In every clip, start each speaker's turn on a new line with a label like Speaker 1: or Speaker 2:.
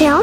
Speaker 1: 聊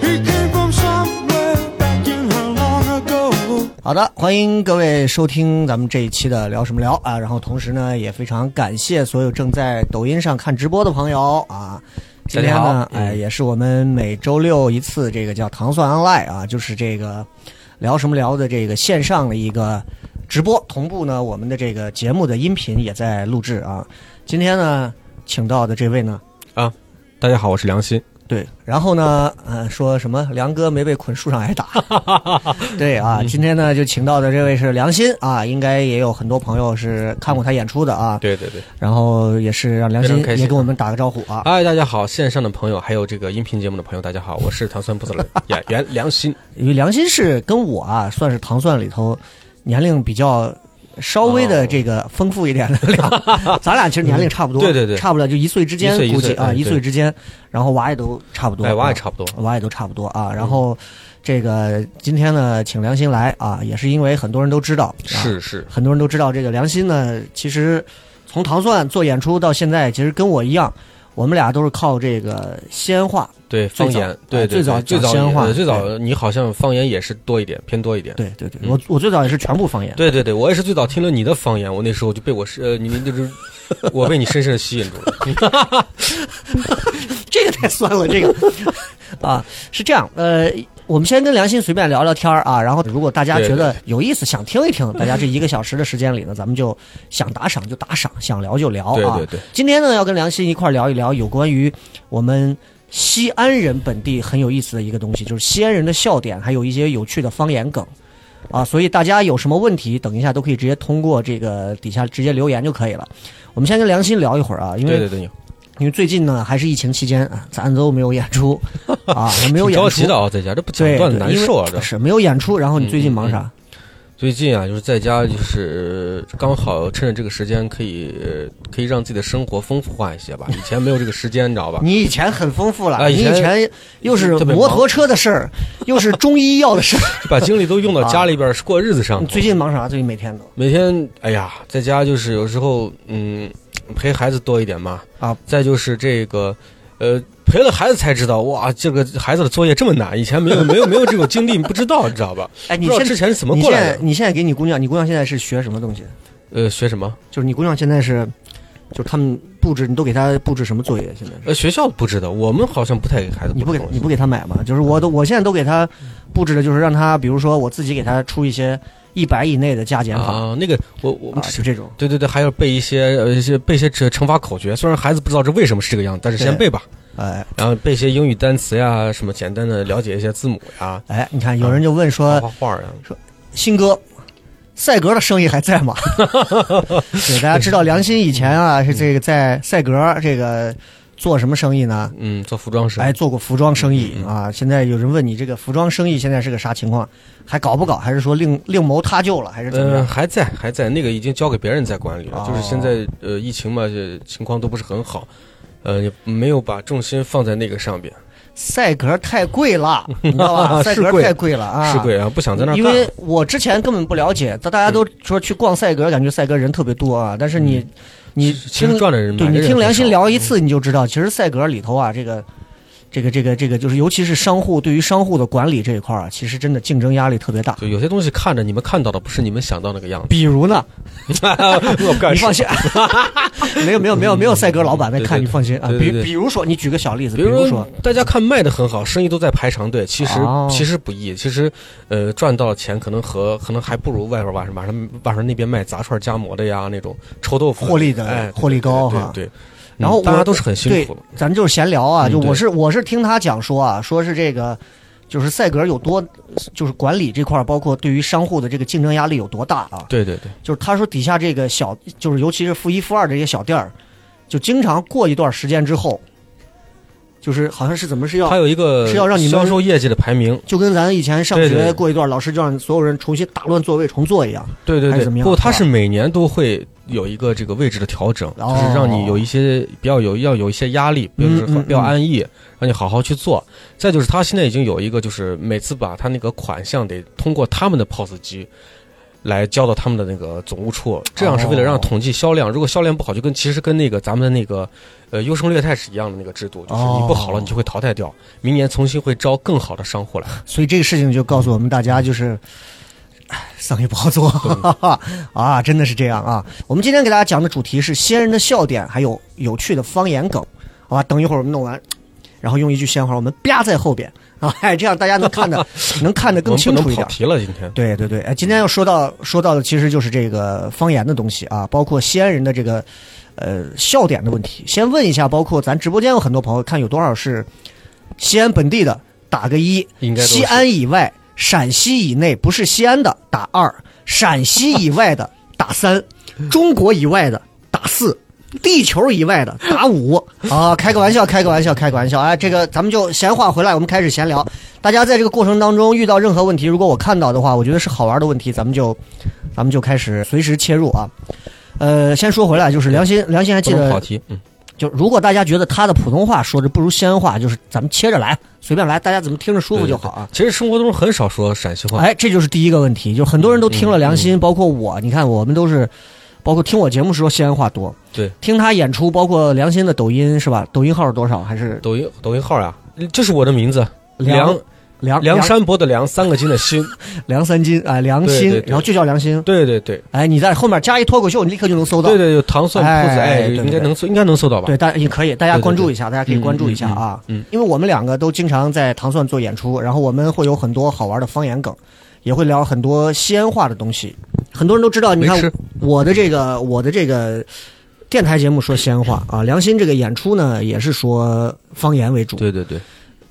Speaker 2: He came from somewhere back in her long ago.
Speaker 3: 好的，欢迎各位收听咱们这一期的聊什么聊啊。然后同时呢，也非常感谢所有正在抖音上看直播的朋友啊。今天
Speaker 4: 大家
Speaker 3: 呢
Speaker 4: 好，嗯
Speaker 3: 哎，也是我们每周六一次这个叫“糖蒜 online” 啊，就是这个聊什么聊的这个线上的一个直播，同步呢，我们的这个节目的音频也在录制啊。今天呢，请到的这位呢，
Speaker 4: 大家好，我是梁鑫。
Speaker 3: 对，然后呢，呃，说什么梁哥没被捆树上挨 打？对啊，
Speaker 4: 嗯
Speaker 3: 今天呢就请到的这位是梁鑫啊，应该也有很多朋友是看过他演出的啊，
Speaker 4: 对对对，
Speaker 3: 然后也是让梁鑫
Speaker 4: 非常开心
Speaker 3: 也给我们打个招呼啊。
Speaker 4: 嗨，哎大家好，线上的朋友，还有这个音频节目的朋友，大家好，我是糖酸不死 人演员梁鑫。
Speaker 3: 因为梁鑫是跟我啊算是糖蒜里头年龄比较稍微的
Speaker 4: 哦
Speaker 3: 这个丰富一点的 俩，咱俩其实年龄差不多，
Speaker 4: 对对对
Speaker 3: 差不了就一岁之间
Speaker 4: 一岁一
Speaker 3: 估
Speaker 4: 岁
Speaker 3: 计啊，
Speaker 4: 哎
Speaker 3: 一岁
Speaker 4: 对
Speaker 3: 之间，然后娃也都差不多，
Speaker 4: 哎，娃
Speaker 3: 啊
Speaker 4: 也差不多。
Speaker 3: 娃也都差不多啊。然后这个今天呢，请梁鑫来啊，也是因为很多人都知道，啊、
Speaker 4: 是是，
Speaker 3: 很多人都知道这个梁鑫呢，其实从糖蒜做演出到现在，其实跟我一样。我们俩都是靠这个西安话，
Speaker 4: 对
Speaker 3: 最
Speaker 4: 方
Speaker 3: 早
Speaker 4: 言，对
Speaker 3: 啊
Speaker 4: 对
Speaker 3: 最早
Speaker 4: 对最
Speaker 3: 讲西安
Speaker 4: 早
Speaker 3: 话
Speaker 4: 呃最
Speaker 3: 对
Speaker 4: 早你好像方言也是多一点，偏多一点。
Speaker 3: 对对对，
Speaker 4: 嗯
Speaker 3: 我我最早也是全部方言，
Speaker 4: 对对对，我也是最早听了你的方言，我那时候就被我是呃，你你就是 我被你深深的吸引住了。
Speaker 3: 这个太酸了，这个啊是这样，呃，我们先跟梁鑫随便聊聊天儿啊，然后如果大家
Speaker 4: 对
Speaker 3: 觉
Speaker 4: 对
Speaker 3: 得有意思，想听一听，大家这一个小时的时间里呢，咱们就想打赏就打赏，想聊就聊啊。
Speaker 4: 对对对，
Speaker 3: 今天呢，要跟梁鑫一块儿聊一聊有关于我们西安人本地很有意思的一个东西，就是西安人的笑点，还有一些有趣的方言梗。啊，所以大家有什么问题，等一下都可以直接通过这个底下直接留言就可以了。我们先跟梁鑫聊一会儿啊，因为
Speaker 4: 对对对，你
Speaker 3: 因为最近呢还是疫情期间啊，咱都没有演出啊，没有
Speaker 4: 挺
Speaker 3: 演
Speaker 4: 着
Speaker 3: 出
Speaker 4: 急，的啊，在家这不讲
Speaker 3: 对，
Speaker 4: 段
Speaker 3: 对
Speaker 4: 子难
Speaker 3: 因为
Speaker 4: 受啊，这
Speaker 3: 是没有演出。然后你最近
Speaker 4: 嗯嗯
Speaker 3: 忙啥？
Speaker 4: 最近啊，就是在家，就是刚好趁着这个时间，可以呃可以让自己的生活丰富化一些吧。以前没有这个时间，你知道吧？
Speaker 3: 你以前很丰富了，
Speaker 4: 啊以
Speaker 3: 你
Speaker 4: 前
Speaker 3: 以前又是
Speaker 4: 特别
Speaker 3: 摩
Speaker 4: 忙
Speaker 3: 托车的事儿，又是中医药的事儿。
Speaker 4: 就把精力都用到家里边儿过日子上
Speaker 3: 啊你
Speaker 4: 了。
Speaker 3: 最近忙啥？最近每天都
Speaker 4: 每天，哎呀，在家就是有时候，嗯，陪孩子多一点嘛。
Speaker 3: 啊，
Speaker 4: 再就是这个，呃，陪了孩子才知道，哇，这个孩子的作业这么难，以前没有没有没有这种经历，不知道，你知道吧？
Speaker 3: 哎，
Speaker 4: 不
Speaker 3: 你
Speaker 4: 知道
Speaker 3: 现
Speaker 4: 之
Speaker 3: 在
Speaker 4: 前是怎么
Speaker 3: 你
Speaker 4: 过
Speaker 3: 现
Speaker 4: 来
Speaker 3: 在
Speaker 4: 的？
Speaker 3: 你现在给你姑娘，你姑娘现在是学什么东西？
Speaker 4: 呃，学什么？
Speaker 3: 就是你姑娘现在是，就是他们布置，你都给她布置什么作业？现在是
Speaker 4: 呃，学校不知道，我们好像不太给孩子
Speaker 3: 你不给
Speaker 4: 东西
Speaker 3: 你不给她买吗？就是我都我现在都给她布置的，就是让她，比如说我自己给她出一些一百以内的加减法
Speaker 4: 啊，那个我我
Speaker 3: 啊
Speaker 4: 们，
Speaker 3: 就这种。
Speaker 4: 对对对，还要背一些呃一些背一些惩惩罚口诀，虽然孩子不知道这为什么是这个样子，但是
Speaker 3: 对
Speaker 4: 先背吧。
Speaker 3: 哎
Speaker 4: 然后背一些英语单词呀，什么简单的了解一些字母呀，
Speaker 3: 哎，你看
Speaker 4: 啊
Speaker 3: 有人就问
Speaker 4: 画
Speaker 3: 呃说，
Speaker 4: 画画呀。
Speaker 3: 新哥。赛格的生意还在 吗？对，大家知道梁鑫以前啊是这个在赛格这个做什么生意呢？
Speaker 4: 嗯，做服装师。
Speaker 3: 哎，做过服装生意
Speaker 4: 嗯嗯
Speaker 3: 啊。现在有人问你这个服装生意现在是个啥情况，还搞不搞？还是说另另谋他救了，还是怎么
Speaker 4: 嗯，
Speaker 3: 样？
Speaker 4: 还在还在，那个已经交给别人在管理了。
Speaker 3: 哦
Speaker 4: 就是现在呃，疫情嘛，这情况都不是很好，呃，也没有把重心放在那个上边，
Speaker 3: 赛格太贵 了，你知道吧？赛
Speaker 4: 是
Speaker 3: 格
Speaker 4: 贵
Speaker 3: 太贵了啊！
Speaker 4: 是贵啊，不想在那儿
Speaker 3: 因
Speaker 4: 干。
Speaker 3: 为我之前根本不了解，大大家都说去逛赛格，感觉赛格人特别多啊。但是你，你
Speaker 4: 嗯其
Speaker 3: 听
Speaker 4: 实赚的人，
Speaker 3: 对
Speaker 4: 买的
Speaker 3: 你
Speaker 4: 人
Speaker 3: 听
Speaker 4: 很
Speaker 3: 良心
Speaker 4: 少嗯
Speaker 3: 聊一次，你就知道，其实赛格里头啊，这个，这个，这个，这个，就是尤其是商户对于商户的管理这一块儿啊，其实真的竞争压力特别大。
Speaker 4: 就有些东西看着你们看到的不是你们想到那 个样子，
Speaker 3: 比如呢，
Speaker 4: 我不敢
Speaker 3: 你
Speaker 4: 说
Speaker 3: 放。心， 没有没有没有没有赛格老板在看，
Speaker 4: 对对
Speaker 3: 你放心啊。
Speaker 4: 对
Speaker 3: 比
Speaker 4: 对对
Speaker 3: 比如说，你举个小例子，
Speaker 4: 比
Speaker 3: 比如
Speaker 4: 如
Speaker 3: 说
Speaker 4: 说，大家看卖的很好，生意都在排长队，其实、
Speaker 3: 哦
Speaker 4: 其实不易，其实呃赚到的钱可能和可能还不如外边晚上晚上晚上那边卖杂串夹馍的呀那种臭豆腐
Speaker 3: 获利的
Speaker 4: 哎
Speaker 3: 获利高
Speaker 4: 对
Speaker 3: 哈
Speaker 4: 对对对
Speaker 3: 然后
Speaker 4: 嗯大
Speaker 3: 我
Speaker 4: 家都是很辛苦的，
Speaker 3: 咱们就是闲聊啊，
Speaker 4: 嗯
Speaker 3: 就我
Speaker 4: 对
Speaker 3: 是我是听他讲说啊，说是这个。就是赛格有多，就是管理这块儿，包括对于商户的这个竞争压力有多大啊？
Speaker 4: 对对对，
Speaker 3: 就是他说底下这个小，就是尤其是负一负二这些小店儿，就经常过一段时间之后，就是好像是怎么是要
Speaker 4: 它有一个
Speaker 3: 是要让你们
Speaker 4: 销售业绩的排名，
Speaker 3: 就跟咱以前上
Speaker 4: 对对
Speaker 3: 学
Speaker 4: 对
Speaker 3: 过一段，老师就让所有人重新打乱座位重坐一样。
Speaker 4: 对对
Speaker 3: 还是
Speaker 4: 对，
Speaker 3: 怎么样
Speaker 4: 不，它
Speaker 3: 是
Speaker 4: 是每年都会有一个这个位置的调整，
Speaker 3: 哦
Speaker 4: 就是让你有一些比较有要有一些压力，比
Speaker 3: 嗯
Speaker 4: 如说
Speaker 3: 嗯
Speaker 4: 比较
Speaker 3: 嗯
Speaker 4: 安逸，让你好好去做。再就是它现在已经有一个，就是每次把它那个款项得通过他们的 POS 机。来交到他们的那个总务处，这样是为了
Speaker 3: 哦
Speaker 4: 让统计销量。如果销量不好，就跟其实跟那个咱们的那个呃优胜劣汰是一样的那个制度，就是你不好了，
Speaker 3: 哦
Speaker 4: 你就会淘汰掉。明年重新会招更好的商户来。
Speaker 3: 所以这个事情就告诉我们大家，就是唉生意不好做 啊，真的是这样啊。我们今天给大家讲的主题是先人的笑点，还有有趣的方言梗，好吧？等一会儿我们弄完，然后用一句闲话，我们啪在后边 啊，哎，这样大家能看 得能看得
Speaker 4: 我
Speaker 3: 更
Speaker 4: 们不
Speaker 3: 清
Speaker 4: 能
Speaker 3: 楚一
Speaker 4: 跑
Speaker 3: 点。
Speaker 4: 题了，今天。
Speaker 3: 对对对，哎，今天要说到说到的其实就是这个方言的东西啊，包括西安人的这个呃笑点的问题。先问一下，包括咱直播间有很多朋友，看有多少是西安本地的，打个一；
Speaker 4: 应该都是
Speaker 3: 西安以外、陕西以内不是西安的打二，陕西以外的打 三，中国以外的打四。地球以外的打 五啊，开个玩笑，开个玩笑，开个玩笑啊！这个咱们就闲话回来，我们开始闲聊。大家在这个过程当中遇到任何问题，如果我看到的话，我觉得是好玩的问题，咱们就咱们就开始随时切入啊。呃，先说回来，就是良心，良心还
Speaker 4: 不
Speaker 3: 记
Speaker 4: 能跑
Speaker 3: 得，
Speaker 4: 题，嗯，
Speaker 3: 就如果大家觉得他的普通话说着不如西安话，就是咱们切着来，随便来，大家怎么听着舒服就好啊。
Speaker 4: 其实生活中很少说陕西话，
Speaker 3: 哎，这就是第一个问题，就是很多人都听
Speaker 4: 嗯
Speaker 3: 了良心，包括我，你看我们都是，包括听我节目时候西安话多，
Speaker 4: 对，
Speaker 3: 听他演出，包括良心的抖音是吧？抖音号是多少？还是
Speaker 4: 抖音抖音号呀、这是我的名字，
Speaker 3: 梁
Speaker 4: 梁
Speaker 3: 梁
Speaker 4: 梁山伯的梁，三个金的心。
Speaker 3: 梁三金啊、良
Speaker 4: 对
Speaker 3: 心
Speaker 4: 对，对
Speaker 3: 然后就叫良心。
Speaker 4: 对对对，
Speaker 3: 哎，你在后面加一脱口秀，你立刻就能搜到。
Speaker 4: 对对有糖蒜铺子，
Speaker 3: 哎
Speaker 4: 哎，
Speaker 3: 对对
Speaker 4: 应该能搜，应该能搜到吧？
Speaker 3: 对，大家也可以，大家
Speaker 4: 对对
Speaker 3: 关注
Speaker 4: 对
Speaker 3: 一下，大家可以
Speaker 4: 嗯
Speaker 3: 关注一下
Speaker 4: 嗯
Speaker 3: 啊。
Speaker 4: 嗯嗯
Speaker 3: 因为我们两个都经常在糖蒜做演出，然后我们会有很多好玩的方言梗，也会聊很多西安话的东西。很多人都知道，你
Speaker 4: 没
Speaker 3: 看
Speaker 4: 吃
Speaker 3: 我的这个我的这个电台节目说西安话啊，良心这个演出呢也是说方言为主。
Speaker 4: 对对对，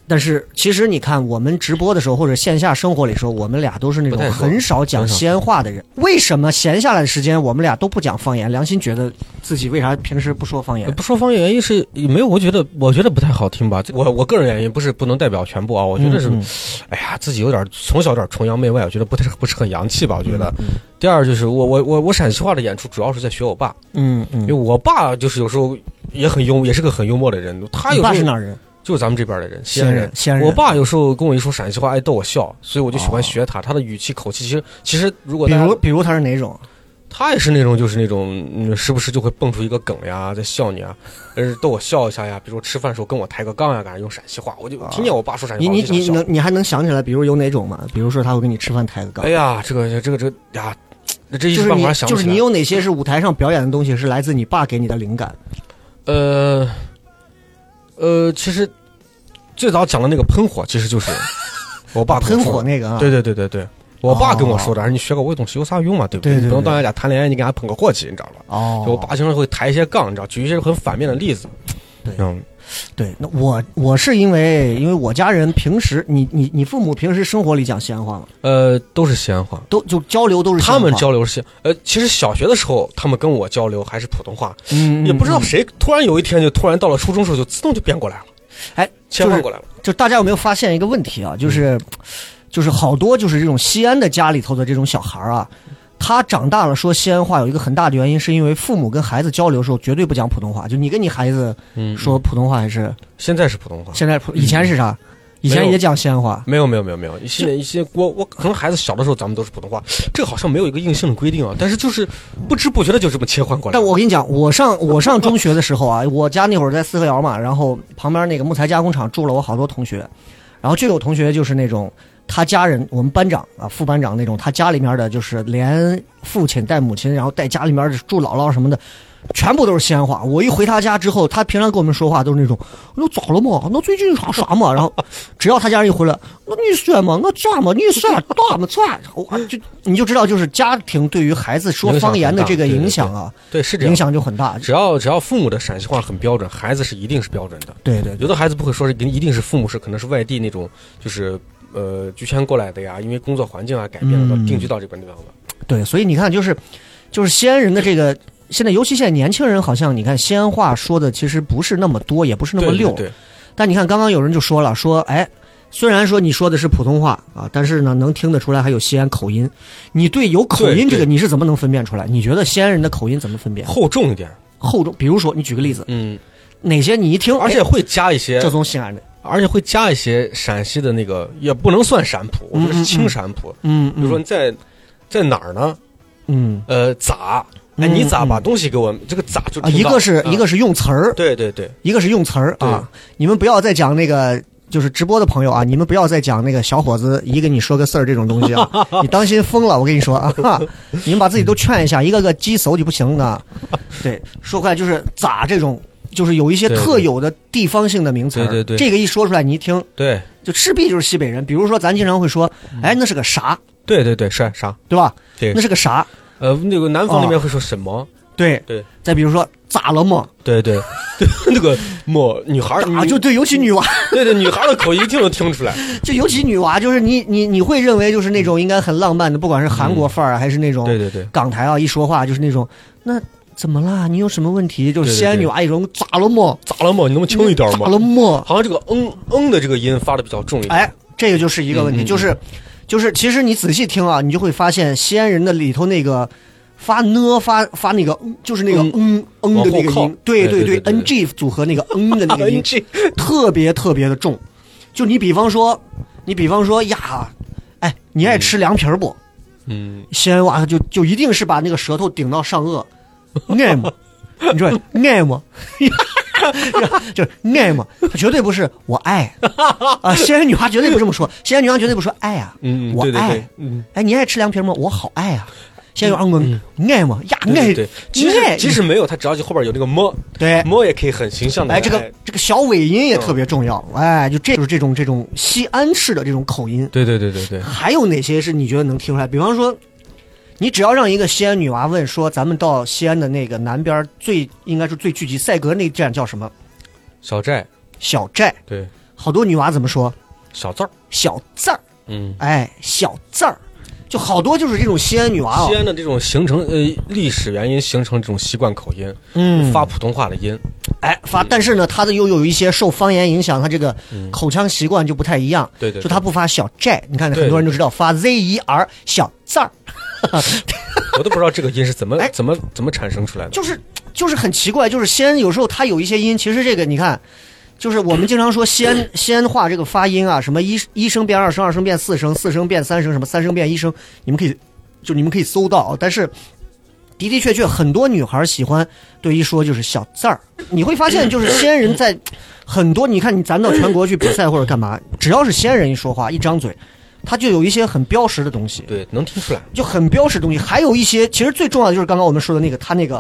Speaker 3: 但是其实你看，我们直播的时候或者线下生活里时候，我们俩都是那
Speaker 4: 不
Speaker 3: 种
Speaker 4: 太说
Speaker 3: 很少讲
Speaker 4: 很少
Speaker 3: 西安话的人。为什么闲下来的时间我们俩都不讲方言？良心觉得自己为啥平时不说方言？
Speaker 4: 呃不说方言原因是没有，我觉得我觉得不太好听吧。这我我个人原因不是不能代表全部啊，我觉得是，
Speaker 3: 嗯
Speaker 4: 哎呀，自己有点从小有点崇洋媚外，我觉得不太不是很洋气吧。我觉
Speaker 3: 嗯
Speaker 4: 得，第二就是我我我我陕西话的演出主要是在学我爸，
Speaker 3: 嗯
Speaker 4: 因为
Speaker 3: 嗯，
Speaker 4: 我爸就是有时候也很幽，也是个很幽默的人，他
Speaker 3: 你
Speaker 4: 有
Speaker 3: 爸
Speaker 4: 时
Speaker 3: 是
Speaker 4: 候
Speaker 3: 哪儿人？
Speaker 4: 就是咱们这边的人，西
Speaker 3: 安
Speaker 4: 安
Speaker 3: 人
Speaker 4: 人。
Speaker 3: 西安人哦
Speaker 4: 我爸有时候跟我一说陕西话，爱逗我笑，所以我就喜欢学他。他的语气、口气，其实其实如果
Speaker 3: 比
Speaker 4: 大家
Speaker 3: 如比如他是哪种？
Speaker 4: 他也是那种就是那种，嗯，时不时就会蹦出一个梗呀，在笑你啊，呃，逗我笑一下呀。比如吃饭时候跟我抬个杠呀，感觉用陕西话，我就听见我爸说陕西
Speaker 3: 你
Speaker 4: 话，
Speaker 3: 啊你
Speaker 4: 哎我就
Speaker 3: 你
Speaker 4: 想
Speaker 3: 能
Speaker 4: 笑。
Speaker 3: 你还能想起来，比如有哪种吗？比如说他会跟你吃饭抬个杠
Speaker 4: 哎，呀，这个这个这个呀，这一
Speaker 3: 就
Speaker 4: 时
Speaker 3: 是
Speaker 4: 半
Speaker 3: 你
Speaker 4: 会儿想
Speaker 3: 就
Speaker 4: 不
Speaker 3: 是
Speaker 4: 起来。
Speaker 3: 你有哪些是舞台上表演的东西是来自你爸给你的灵感？
Speaker 4: 啊呃呃，其实最早讲的那个喷火，其实 就是我爸跟我
Speaker 3: 喷
Speaker 4: 说
Speaker 3: 火
Speaker 4: 的
Speaker 3: 那个啊，
Speaker 4: 对对对对对，我爸跟我说的，而你学个我东西有啥用啊？对不
Speaker 3: 对对
Speaker 4: 你不能
Speaker 3: 对
Speaker 4: 当人家谈恋爱，你给人家捧个货气，你知道吧？
Speaker 3: 哦，
Speaker 4: 就我爸经常会抬一些杠，你知道，举一些很反面的例子。
Speaker 3: 对
Speaker 4: 嗯，
Speaker 3: 对，那我我是因为因为我家人平时，你你你父母平时生活里讲西安话吗？
Speaker 4: 呃，都是西安话。
Speaker 3: 都就交流都是西安
Speaker 4: 他
Speaker 3: 话
Speaker 4: 们，交流是西，呃，其实小学的时候，他们跟我交流还是普通话，
Speaker 3: 嗯，嗯
Speaker 4: 也不知道
Speaker 3: 嗯
Speaker 4: 谁突然有一天就突然到了初中时候就自动就变过来了，
Speaker 3: 哎，
Speaker 4: 切
Speaker 3: 就
Speaker 4: 换
Speaker 3: 是
Speaker 4: 过来了。
Speaker 3: 就大家有没有发现一个问题啊？
Speaker 4: 嗯
Speaker 3: 就是就是好多就是这种西安的家里头的这种小孩儿啊。他长大了说西安话有一个很大的原因，是因为父母跟孩子交流的时候绝对不讲普通话。就你跟你孩子
Speaker 4: 嗯，
Speaker 3: 说普通话，还是
Speaker 4: 现在是普通话。
Speaker 3: 现在普以前是啥？以前也讲西安话。
Speaker 4: 没有没有没有没有，一些一些我我可能孩子小的时候咱们都是普通话，这个好像没有一个硬性的规定啊，但是就是不知不觉的就这么切换过来了。
Speaker 3: 但我跟你讲，我上我上中学的时候啊， 我家那会儿在四合窑嘛，然后旁边那个木材加工厂住了我好多同学，然后就有同学就是那种他家人，我们班长啊、副班长那种，他家里面的就是连父亲带母亲，然后带家里面的住姥姥什么的，全部都是西安话。我一回他家之后，他平常跟我们说话都是那种，那咋了嘛？那最近啥啥嘛？然后只要他家人一回来，那你说嘛？我咋嘛？你说大嘛？咋？我就你就知道，就是家庭对于孩子说
Speaker 4: 影响
Speaker 3: 方言的这个
Speaker 4: 很大对
Speaker 3: 影响啊。
Speaker 4: 对是这样
Speaker 3: 影，响就很大。
Speaker 4: 只要只要父母的陕西话很标准，孩子是一定是标准的。
Speaker 3: 对对对，
Speaker 4: 有的孩子不会说是，一定是父母是可能是外地那种，就是呃居迁过来的呀，因为工作环境啊改变了，
Speaker 3: 嗯
Speaker 4: 定居到这边地方了。
Speaker 3: 对，所以你看，就是就是西安人的这个现在尤其现在年轻人好像你看西安话说的其实不是那么多，也不是那么
Speaker 4: 对
Speaker 3: 溜。
Speaker 4: 对对
Speaker 3: 但你看刚刚有人就说了，说哎，虽然说你说的是普通话啊，但是呢能听得出来还有西安口音。你对有口音这
Speaker 4: 对
Speaker 3: 个
Speaker 4: 对
Speaker 3: 你是怎么能分辨出来？你觉得西安人的口音怎么分辨？
Speaker 4: 厚重一点，
Speaker 3: 厚重，比如说你举个例子，
Speaker 4: 嗯，
Speaker 3: 哪些你一听，
Speaker 4: 而且
Speaker 3: 哎
Speaker 4: 会加一些
Speaker 3: 这从西安的，
Speaker 4: 而且会加一些陕西的那个，也不能算陕普，我
Speaker 3: 嗯
Speaker 4: 觉得是轻陕普。
Speaker 3: 嗯，
Speaker 4: 比如说你在在哪儿呢？
Speaker 3: 嗯
Speaker 4: 呃，咋？哎，
Speaker 3: 嗯
Speaker 4: 你咋
Speaker 3: 嗯
Speaker 4: 把东西给我？这个咋就
Speaker 3: 啊，
Speaker 4: 听
Speaker 3: 一
Speaker 4: 到
Speaker 3: 个是
Speaker 4: 啊
Speaker 3: 一个是用词儿，
Speaker 4: 对对对，
Speaker 3: 一个是用词儿啊，你们不要再讲那个。就是直播的朋友啊，你们不要再讲那个小伙子一给你说个事儿这种东西 啊，你当心疯了，我跟你说啊，哈你们把自己都劝一下，一个个鸡手就不行 的。对，说回来就是咋这种，就是有一些
Speaker 4: 对对
Speaker 3: 特有的地方性的名词儿，
Speaker 4: 对对对
Speaker 3: 这个一说出来你一听
Speaker 4: 对
Speaker 3: 就赤壁就是西北人，比如说咱经常会说，哎，那是个啥，
Speaker 4: 对对对，是啥？
Speaker 3: 对吧？
Speaker 4: 嗯对
Speaker 3: 那是个哦啥？
Speaker 4: 呃，那个南方那边会说什么？
Speaker 3: 对
Speaker 4: 对。
Speaker 3: 再比如说咋了么？
Speaker 4: 对对 对，那个某女孩儿
Speaker 3: 啊，就对，尤其女娃，
Speaker 4: 对对，女孩儿的口音一听就听出来。
Speaker 3: 就尤其女娃，就是你你你会认为就是那种应该很浪漫的，不管是韩国范儿啊还是那种
Speaker 4: 嗯对对对，
Speaker 3: 港台啊，一说话就是那种那怎么啦？你有什么问题？就是
Speaker 4: 对对
Speaker 3: 西安女哎娃一种咋了么？
Speaker 4: 咋了嘛？你能不能轻一点
Speaker 3: 咋
Speaker 4: 嘛？
Speaker 3: 了么？
Speaker 4: 好像这个嗯嗯的这个音发的比较重一点。
Speaker 3: 哎，这个就是一个问题，
Speaker 4: 嗯嗯嗯
Speaker 3: 就是就是其实你仔细听啊，你就会发现西安人的里头那个。发呢发发那个嗯就是那个
Speaker 4: 嗯
Speaker 3: 嗯嗯的那个
Speaker 4: 往后靠
Speaker 3: 音，对
Speaker 4: 对
Speaker 3: 对
Speaker 4: 对对对，
Speaker 3: ，ng 组合那个嗯的那个音
Speaker 4: NG
Speaker 3: 特别特别的重。就你比方说，你比方说呀，哎，你爱吃凉皮儿不？
Speaker 4: 嗯，
Speaker 3: 西安娃就就一定是把那个舌头顶到上颚， 爱吗？你说爱吗？ 就是爱吗？他绝对不是我 爱啊！西安女娃绝对不这么说，西安女娃绝对不说爱啊，
Speaker 4: 嗯
Speaker 3: 我
Speaker 4: 对对对
Speaker 3: 爱，
Speaker 4: 嗯，
Speaker 3: 哎，你爱吃凉皮儿吗？我好爱啊！西安女娃问爱吗？呀，
Speaker 4: 嗯对
Speaker 3: 爱
Speaker 4: 对对，即使
Speaker 3: 爱
Speaker 4: 即使没有，它只要就后边有那个么
Speaker 3: 对，
Speaker 4: 么，也可以很形象的。
Speaker 3: 哎，这个这个小尾音也特别重要，哎，就这就是这种这种西安式的这种口音，
Speaker 4: 对对对对对，
Speaker 3: 还有哪些是你觉得能听出来？比方说，你只要让一个西安女娃问说，咱们到西安的那个南边最应该是最聚集赛格那站叫什么
Speaker 4: 小寨，
Speaker 3: 小寨，
Speaker 4: 对，
Speaker 3: 好多女娃怎么说
Speaker 4: 小寨儿，
Speaker 3: 小字儿，
Speaker 4: 嗯。
Speaker 3: 哎，小字儿，就好多就是这种西安女娃
Speaker 4: 西
Speaker 3: 哦，
Speaker 4: 安的这种形成呃历史原因形成这种习惯口音，
Speaker 3: 嗯
Speaker 4: 发普通话的音，
Speaker 3: 哎发，
Speaker 4: 嗯
Speaker 3: 但是呢，她的又有一些受方言影响，她这个口腔习惯就不太一样，
Speaker 4: 对对对
Speaker 3: 就她不发小寨，你看
Speaker 4: 对
Speaker 3: 很多人就知道发 z e r 小字儿，
Speaker 4: 我都不知道这个音是怎么
Speaker 3: 哎
Speaker 4: 怎么怎么产生出来的。
Speaker 3: 就是就是很奇怪，就是西安有时候它有一些音，其实这个你看，就是我们经常说西 安西安话这个发音啊，什么一一声变二声，二声变四声，四声变三声，什么三声变一声，你们可以就你们可以搜到，啊但是。的的确确，很多女孩喜欢对一说就是小字儿。你会发现，就是西安人在 很多，你看你咱到全国去比赛或者干嘛，只要是西安人一说话一张嘴，他就有一些很标识的东西。
Speaker 4: 对，能听出来。
Speaker 3: 就很标识的东西。还有一些，其实最重要的就是刚刚我们说的那个，他那个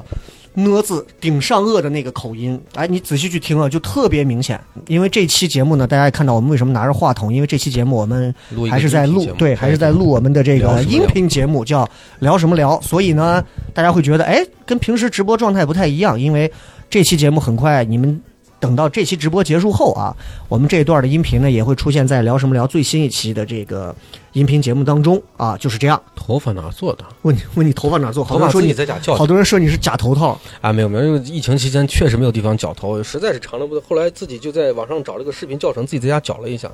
Speaker 3: 呢字顶上颚的那个口音，哎，你仔细去听啊，就特别明显。因为这期节目呢，大家也看到我们为什么拿着话筒，因为这期节目我们
Speaker 4: 录一个
Speaker 3: 还是在
Speaker 4: 音频
Speaker 3: 录
Speaker 4: 节，目哎
Speaker 3: 对，
Speaker 4: 对
Speaker 3: 还是在录我们的这
Speaker 4: 聊
Speaker 3: 个
Speaker 4: 什么
Speaker 3: 音
Speaker 4: 聊
Speaker 3: 频节目，叫聊什么聊。所以呢，大家会觉得，哎，跟平时直播状态不太一样，因为这期节目很快你们。等到这期直播结束后啊，我们这一段的音频呢也会出现在《聊什么聊》最新一期的这个音频节目当中啊，就是这样。
Speaker 4: 头发哪做的？
Speaker 3: 问你 问你头发哪做？好
Speaker 4: 头
Speaker 3: 多
Speaker 4: 发
Speaker 3: 人说
Speaker 4: 自
Speaker 3: 你
Speaker 4: 己在家叫
Speaker 3: 好
Speaker 4: 的
Speaker 3: 多人说你是假头套，
Speaker 4: 啊？没有没有，因为疫情期间确实没有地方绞头，实在是长了不得。后来自己就在网上找了个视频教程，自己在家绞了一下，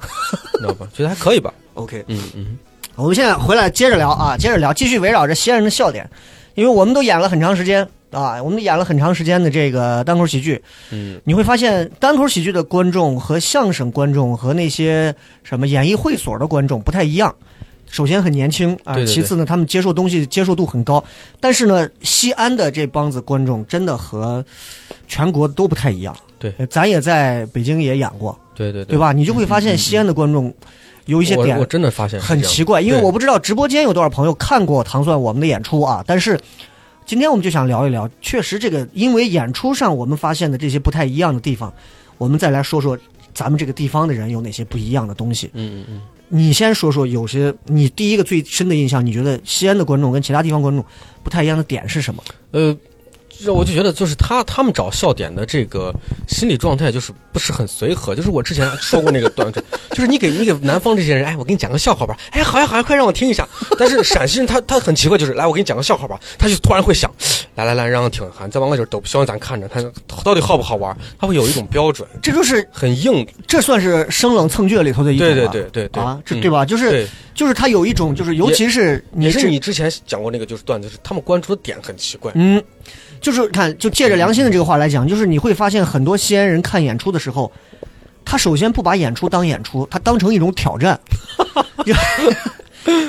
Speaker 4: 你知道吧？觉得还可以吧？
Speaker 3: OK，
Speaker 4: 嗯嗯，
Speaker 3: 我们现在回来接着聊啊，接着聊，继续围绕着西安人的笑点，因为我们都演了很长时间啊，我们演了很长时间的这个单口喜剧，
Speaker 4: 嗯，
Speaker 3: 你会发现单口喜剧的观众和相声观众和那些什么演艺会所的观众不太一样。首先很年轻啊，
Speaker 4: 对对对
Speaker 3: 其次呢，他们接受东西接受度很高，但是呢，西安的这帮子观众真的和全国都不太一样。
Speaker 4: 对
Speaker 3: 呃咱也在北京也演过，
Speaker 4: 对对嗯
Speaker 3: 对？吧？你就会发现西安的观众有一些
Speaker 4: 我我
Speaker 3: 点
Speaker 4: 真的发现是
Speaker 3: 很
Speaker 4: 这样
Speaker 3: 奇怪，因为
Speaker 4: 对
Speaker 3: 我不知道直播间有多少朋友看过糖蒜我们的演出啊，但是今天我们就想聊一聊，确实这个因为演出上我们发现的这些不太一样的地方，我们再来说说咱们这个地方的人有哪些不一样的东西。
Speaker 4: 嗯嗯嗯，
Speaker 3: 你先说说有些你第一个最深的印象，你觉得西安的观众跟其他地方观众不太一样的点是什么？
Speaker 4: 呃，让我就觉得就是他他们找笑点的这个心理状态就是不是很随和，就是我之前说过那个段子， 就是你给你给南方这些人，哎，我给你讲个笑话吧，哎，好呀好呀，快让我听一下。但是陕西人他他很奇怪，就是来我给你讲个笑话吧，他就突然会想，来来来，让挺喊，再往个角抖，希望咱看着他到底好不好玩，他会有一种标准，
Speaker 3: 这就是
Speaker 4: 很硬。
Speaker 3: 这算是生冷蹭倔里头的一种
Speaker 4: 对
Speaker 3: 吧
Speaker 4: 对对对对
Speaker 3: 啊，这
Speaker 4: 嗯
Speaker 3: 对吧？就是
Speaker 4: 对，
Speaker 3: 就是他有一种就是，尤其是你
Speaker 4: 也是
Speaker 3: 这
Speaker 4: 你之前讲过那个就是段子，就是他们关注的点很奇怪。
Speaker 3: 嗯，就是看，就借着良心的这个话来讲，就是你会发现很多西安人看演出的时候，他首先不把演出当演出，他当成一种挑 战。
Speaker 4: 嗯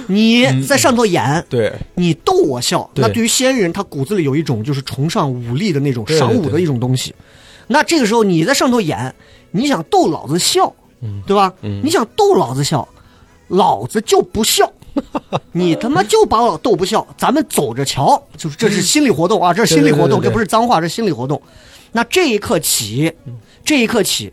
Speaker 3: 你在上头演，
Speaker 4: 对，
Speaker 3: 你逗我笑，
Speaker 4: 对
Speaker 3: 那对于西安人，他骨子里有一种就是崇尚武力的那种
Speaker 4: 对对
Speaker 3: 赏武的
Speaker 4: 对
Speaker 3: 一种东西。那这个时候你在上头演，你想逗老子笑，对吧？
Speaker 4: 嗯
Speaker 3: 你想逗老子笑，老子就不 笑，你他妈就把我逗不笑，咱们走着瞧。就是这是心理活动啊，这是心理活动，
Speaker 4: 嗯对对对对对
Speaker 3: 这不是脏话，这是心理活动。那这一刻起，
Speaker 4: 嗯
Speaker 3: 这一刻起，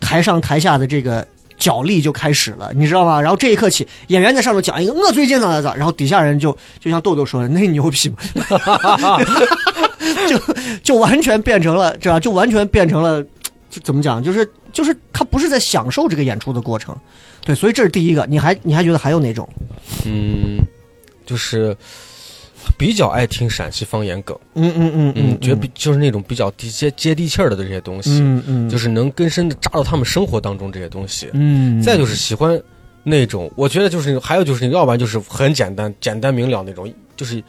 Speaker 3: 台上台下的这个角力就开始了，你知道吗？然后这一刻起，演员在上面讲一个呃我最近咋咋咋，然后底下人就就像豆豆说的，那牛批嘛， 就就完全变成了，这吧？就完全变成了，就怎么讲？就是就是他不是在享受这个演出的过程，对，所以这是第一个。你还你还觉得还有哪种？
Speaker 4: 嗯，就是比较爱听陕西方言梗，
Speaker 3: 嗯嗯嗯
Speaker 4: 嗯，觉得比就是那种比较地接接地气儿的这些东西，
Speaker 3: 嗯嗯，
Speaker 4: 就是能根深的扎到他们生活当中这些东西。
Speaker 3: 嗯，
Speaker 4: 再就是喜欢那种，我觉得就是还有就是，要不然就是很简单、简单明了那种，就是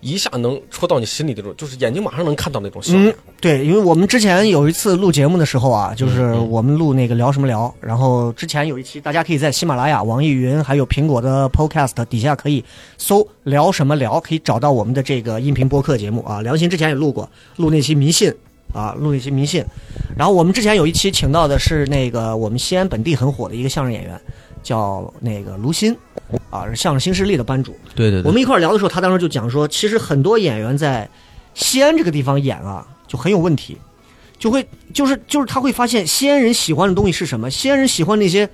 Speaker 4: 一下能戳到你心里的那种，就是眼睛马上能看到那种笑点。
Speaker 3: 嗯，对，因为我们之前有一次录节目的时候啊，就是
Speaker 4: 嗯嗯
Speaker 3: 我们录那个聊什么聊，然后之前有一期，大家可以在喜马拉雅、网易云还有苹果的 Podcast 底下可以搜“聊什么聊”，可以找到我们的这个音频播客节目啊。良心之前也录过，录那期迷信啊，录那期迷信。然后我们之前有一期请到的是那个我们西安本地很火的一个相声演员，叫那个卢鑫啊，是相声新势力的班主。
Speaker 4: 对对
Speaker 3: 我们一块儿聊的时候，他当时就讲说，其实很多演员在西安这个地方演啊，就很有问题，就会就是就是他会发现西安人喜欢的东西是什么？西安人喜欢那些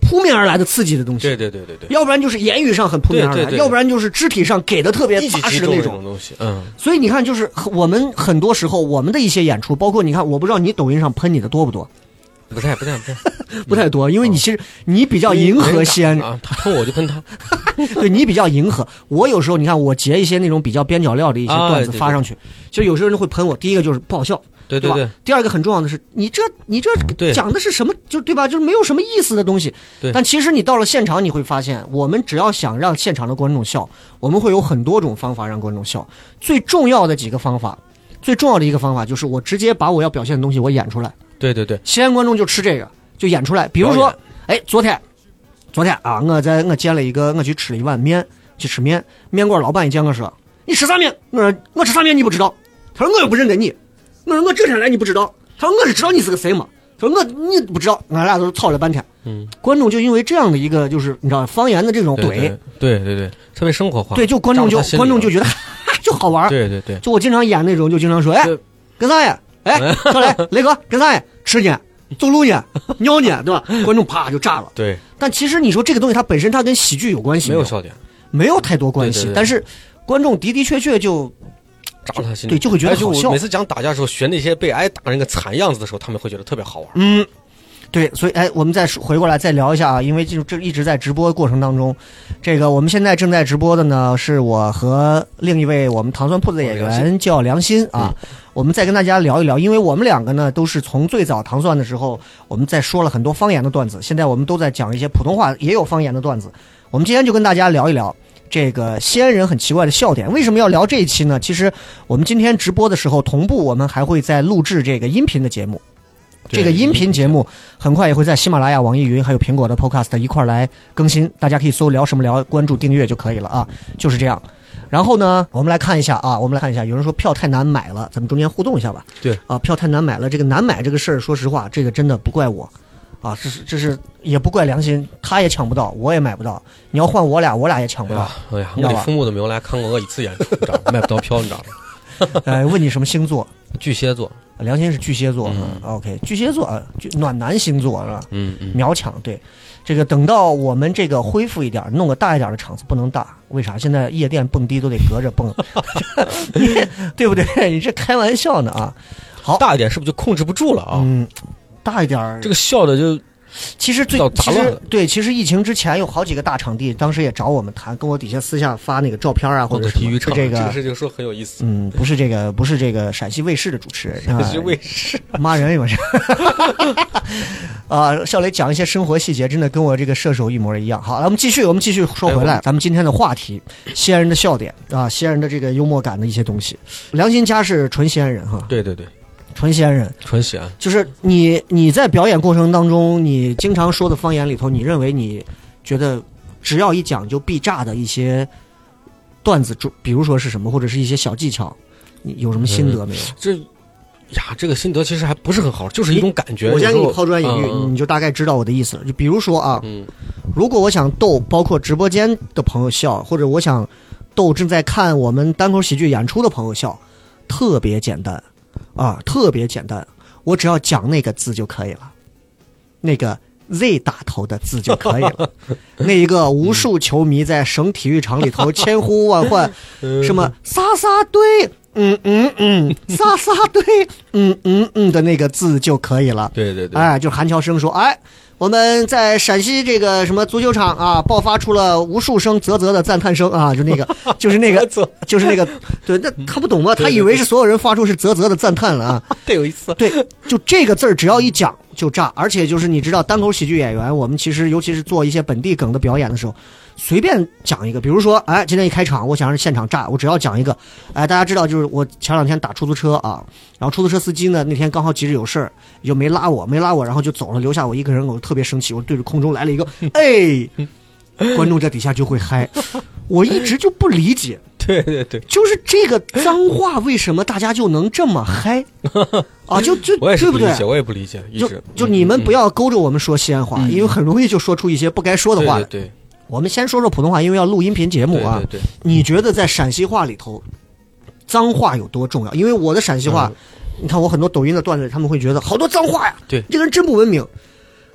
Speaker 3: 扑面而来的刺激的东西
Speaker 4: 对，对对对对，
Speaker 3: 要不然就是言语上很扑面而
Speaker 4: 对
Speaker 3: 来，
Speaker 4: 对对
Speaker 3: 要不然就是肢体上给的特别
Speaker 4: 一起
Speaker 3: 扎
Speaker 4: 击
Speaker 3: 实的
Speaker 4: 中
Speaker 3: 那
Speaker 4: 那
Speaker 3: 种
Speaker 4: 种。东西，嗯，
Speaker 3: 所以你看，就是很我们很多时候我们的一些演出，包括你看，我不知道你抖音上喷你的多不多，
Speaker 4: 不太不太不太，
Speaker 3: 不太多，因为你其实你比较迎合西安人，
Speaker 4: 啊，他喷我就喷他，
Speaker 3: 对你比较迎合，我有时候你看我截一些那种比较边角料的一些
Speaker 4: 啊
Speaker 3: 段子
Speaker 4: 对对
Speaker 3: 发上去，就有些人会喷我。第一个就是不好笑，
Speaker 4: 对
Speaker 3: 对
Speaker 4: 对对
Speaker 3: 吧？第二个很重要的是，你这你这
Speaker 4: 对
Speaker 3: 讲的是什么？就对吧？就是没有什么意思的东西。
Speaker 4: 对
Speaker 3: 但其实你到了现场，你会发现，我们只要想让现场的观众笑，我们会有很多种方法让观众笑。最重要的几个方法，最重要的一个方法就是我直接把我要表现的东西我演出来。
Speaker 4: 对对对，
Speaker 3: 西安观众就吃这个，就演出来。比如
Speaker 4: 表
Speaker 3: 说
Speaker 4: 演，
Speaker 3: 哎，昨天，昨天啊，我在我煎了一个，我去吃了一碗面，去吃面，面馆老板一见我说：“你吃啥面？”我说：“我吃啥面你不知道？”他说：“我又不认得你。”我说：“我这天来你不知道？”他说：“我是知道你是个谁嘛。”他说：“我你不知道。”俺俩都吵了半天。
Speaker 4: 嗯，
Speaker 3: 观众就因为这样的一个就是你知道方言的这种
Speaker 4: 对
Speaker 3: 怼，
Speaker 4: 对对对，特别生活化，
Speaker 3: 对，就观众就
Speaker 4: 扎到他心里
Speaker 3: 观众
Speaker 4: 了
Speaker 3: 就觉得 就好玩儿。
Speaker 4: 对对对，
Speaker 3: 就我经常演那种，就经常说，哎
Speaker 4: 对，
Speaker 3: 干啥呀？哎，上 来，雷哥，干啥呀？吃呢？走路呢？尿呢？对吧？观众啪就炸了。
Speaker 4: 对，
Speaker 3: 但其实你说这个东西，它本身它跟喜剧有关系
Speaker 4: 没有
Speaker 3: 有？
Speaker 4: 笑点，
Speaker 3: 没有太多关
Speaker 4: 对
Speaker 3: 系
Speaker 4: 对，对
Speaker 3: 但是观众的的确确就
Speaker 4: 扎到他心里，
Speaker 3: 对就会觉得
Speaker 4: 而且我
Speaker 3: 好笑
Speaker 4: 每次讲打架的时候，学那些被挨打那个惨样子的时候，他们会觉得特别好玩。
Speaker 3: 嗯，对，所以哎，我们再说回过来再聊一下啊，因为这这一直在直播过程当中，这个我们现在正在直播的呢，是我和另一位我们糖蒜铺子的演
Speaker 4: 哦良
Speaker 3: 员叫梁鑫啊，我们再跟大家聊一聊，因为我们两个呢都是从最早糖蒜的时候，我们在说了很多方言的段子，现在我们都在讲一些普通话也有方言的段子，我们今天就跟大家聊一聊。这个西安人很奇怪的笑点，为什么要聊这一期呢？其实我们今天直播的时候，同步我们还会在录制这个音频的节目，这个音频节目很快也会在喜马拉雅、网易云还有苹果的 Podcast 一块儿来更新，大家可以搜“聊什么聊”，关注订阅就可以了啊，就是这样。然后呢，我们来看一下啊，我们来看一下，有人说票太难买了，咱们中间互动一下吧。
Speaker 4: 对
Speaker 3: 啊，票太难买了，这个难买这个事儿，说实话，这个真的不怪我，啊，这是这是也不怪良心，他也抢不到，我也买不到，你要换我俩，我俩也抢不
Speaker 4: 哎
Speaker 3: 到
Speaker 4: 呀。，哎呀，
Speaker 3: 你
Speaker 4: 我
Speaker 3: 知道
Speaker 4: 的
Speaker 3: 吧
Speaker 4: 父母都没有来看过我一次演出，你知道吗？ 卖不到票，你知道吗？
Speaker 3: 呃，问你什么星座？
Speaker 4: 巨蟹座，
Speaker 3: 良心是巨蟹座、o k 巨蟹座，啊巨暖男星座是吧？
Speaker 4: 嗯嗯，
Speaker 3: 秒抢。对，这个等到我们这个恢复一点儿，弄个大一点儿的场子不能大，为啥？现在夜店蹦迪都得隔着蹦， 对不对？你这开玩笑呢啊！嗯
Speaker 4: 大一点是不是就控制不住了啊？
Speaker 3: 嗯，大一点儿
Speaker 4: 这个笑的就
Speaker 3: 其实最
Speaker 4: 到
Speaker 3: 其
Speaker 4: 杂乱
Speaker 3: 实
Speaker 4: 了
Speaker 3: 对，其实疫情之前有好几个大场地，当时也找我们谈，跟我底下私下发那个照片啊，
Speaker 4: 或
Speaker 3: 或者
Speaker 4: 者
Speaker 3: 什么
Speaker 4: 体育场，
Speaker 3: 是这
Speaker 4: 这
Speaker 3: 个
Speaker 4: 个事情说很有意思。
Speaker 3: 嗯，不是这个，不是这个陕西卫视的主持 人，
Speaker 4: 可
Speaker 3: 啊
Speaker 4: 是为啥？
Speaker 3: 骂人也不是。 啊，笑雷讲一些生活细节，真的跟我这个射手一模一样。好，咱们继续，我们继续说回
Speaker 4: 哎
Speaker 3: 来，
Speaker 4: 我
Speaker 3: 咱们今天的话题，西安人的笑点啊，西安人的这个幽默感的一些东西。良心家是纯西安人哈，
Speaker 4: 对对对，
Speaker 3: 纯西安人，
Speaker 4: 纯西安。
Speaker 3: 就是你你在表演过程当中，你经常说的方言里头，你认为你觉得只要一讲就必炸的一些段子，就比如说是什么，或者是一些小技巧，你有什么心得没有？
Speaker 4: 这呀，这个心得其实还不是很好，就是一种感觉。
Speaker 3: 我先给
Speaker 4: 有时
Speaker 3: 你
Speaker 4: 候
Speaker 3: 抛砖引玉，
Speaker 4: 嗯
Speaker 3: 你就大概知道我的意思了。就比如说啊，
Speaker 4: 嗯，
Speaker 3: 如果我想逗包括直播间的朋友笑，或者我想逗正在看我们单口喜剧演出的朋友笑，特别简单啊，特别简单，我只要讲那个字就可以了，那个 Z 打头的字就可以 了。那一个无数球迷在省体育场里头千呼万唤，
Speaker 4: 嗯
Speaker 3: 什么撒撒堆。嗯嗯嗯，撒撒堆，嗯嗯嗯的那个字就可以了。
Speaker 4: 对对对，
Speaker 3: 哎，就是韩乔生说，哎，我们在陕西这个什么足球场啊，爆发出了无数声啧啧的赞叹声啊，就那个，就是那 个，就是那个，对，那
Speaker 4: 嗯
Speaker 3: 他不懂啊吗？他以为是所有人发出是啧啧的赞叹了啊。
Speaker 4: 太有意思。
Speaker 3: 对，就这个字儿，只要一讲就炸，而且就是你知道，单口喜剧演员，我们其实尤其是做一些本地梗的表演的时候，随便讲一个，比如说，哎，今天一开场，我想让现场炸，我只要讲一个，哎，大家知道，就是我前两天打出租车啊，然后出租车司机呢那天刚好急着有事儿，也就没拉我，没拉我，然后就走了，留下我一个人，我特别生气，我对着空中来了一个，哎，观众在底下就会嗨，我一直就不理解，
Speaker 4: 对对 对，
Speaker 3: 就是这个脏话为什么大家就能这么 嗨啊？就就
Speaker 4: 我也是
Speaker 3: 对不
Speaker 4: 不理
Speaker 3: 对
Speaker 4: 解，？我也不理解，一
Speaker 3: 就
Speaker 4: 直
Speaker 3: 就
Speaker 4: 嗯
Speaker 3: 你们
Speaker 4: 嗯
Speaker 3: 不要勾着我们说西安话，因为很容易就说出一些不该说的
Speaker 4: 对
Speaker 3: 话来。
Speaker 4: 对对
Speaker 3: 我们先说说普通话，因为要录音频节目
Speaker 4: 对
Speaker 3: 啊。
Speaker 4: 对对，
Speaker 3: 你觉得在陕西话里头，脏话有多重要？因为我的陕西
Speaker 4: 嗯
Speaker 3: 话，你看我很多抖音的段子，他们会觉得好多脏话呀，
Speaker 4: 对
Speaker 3: 这个人真不文明。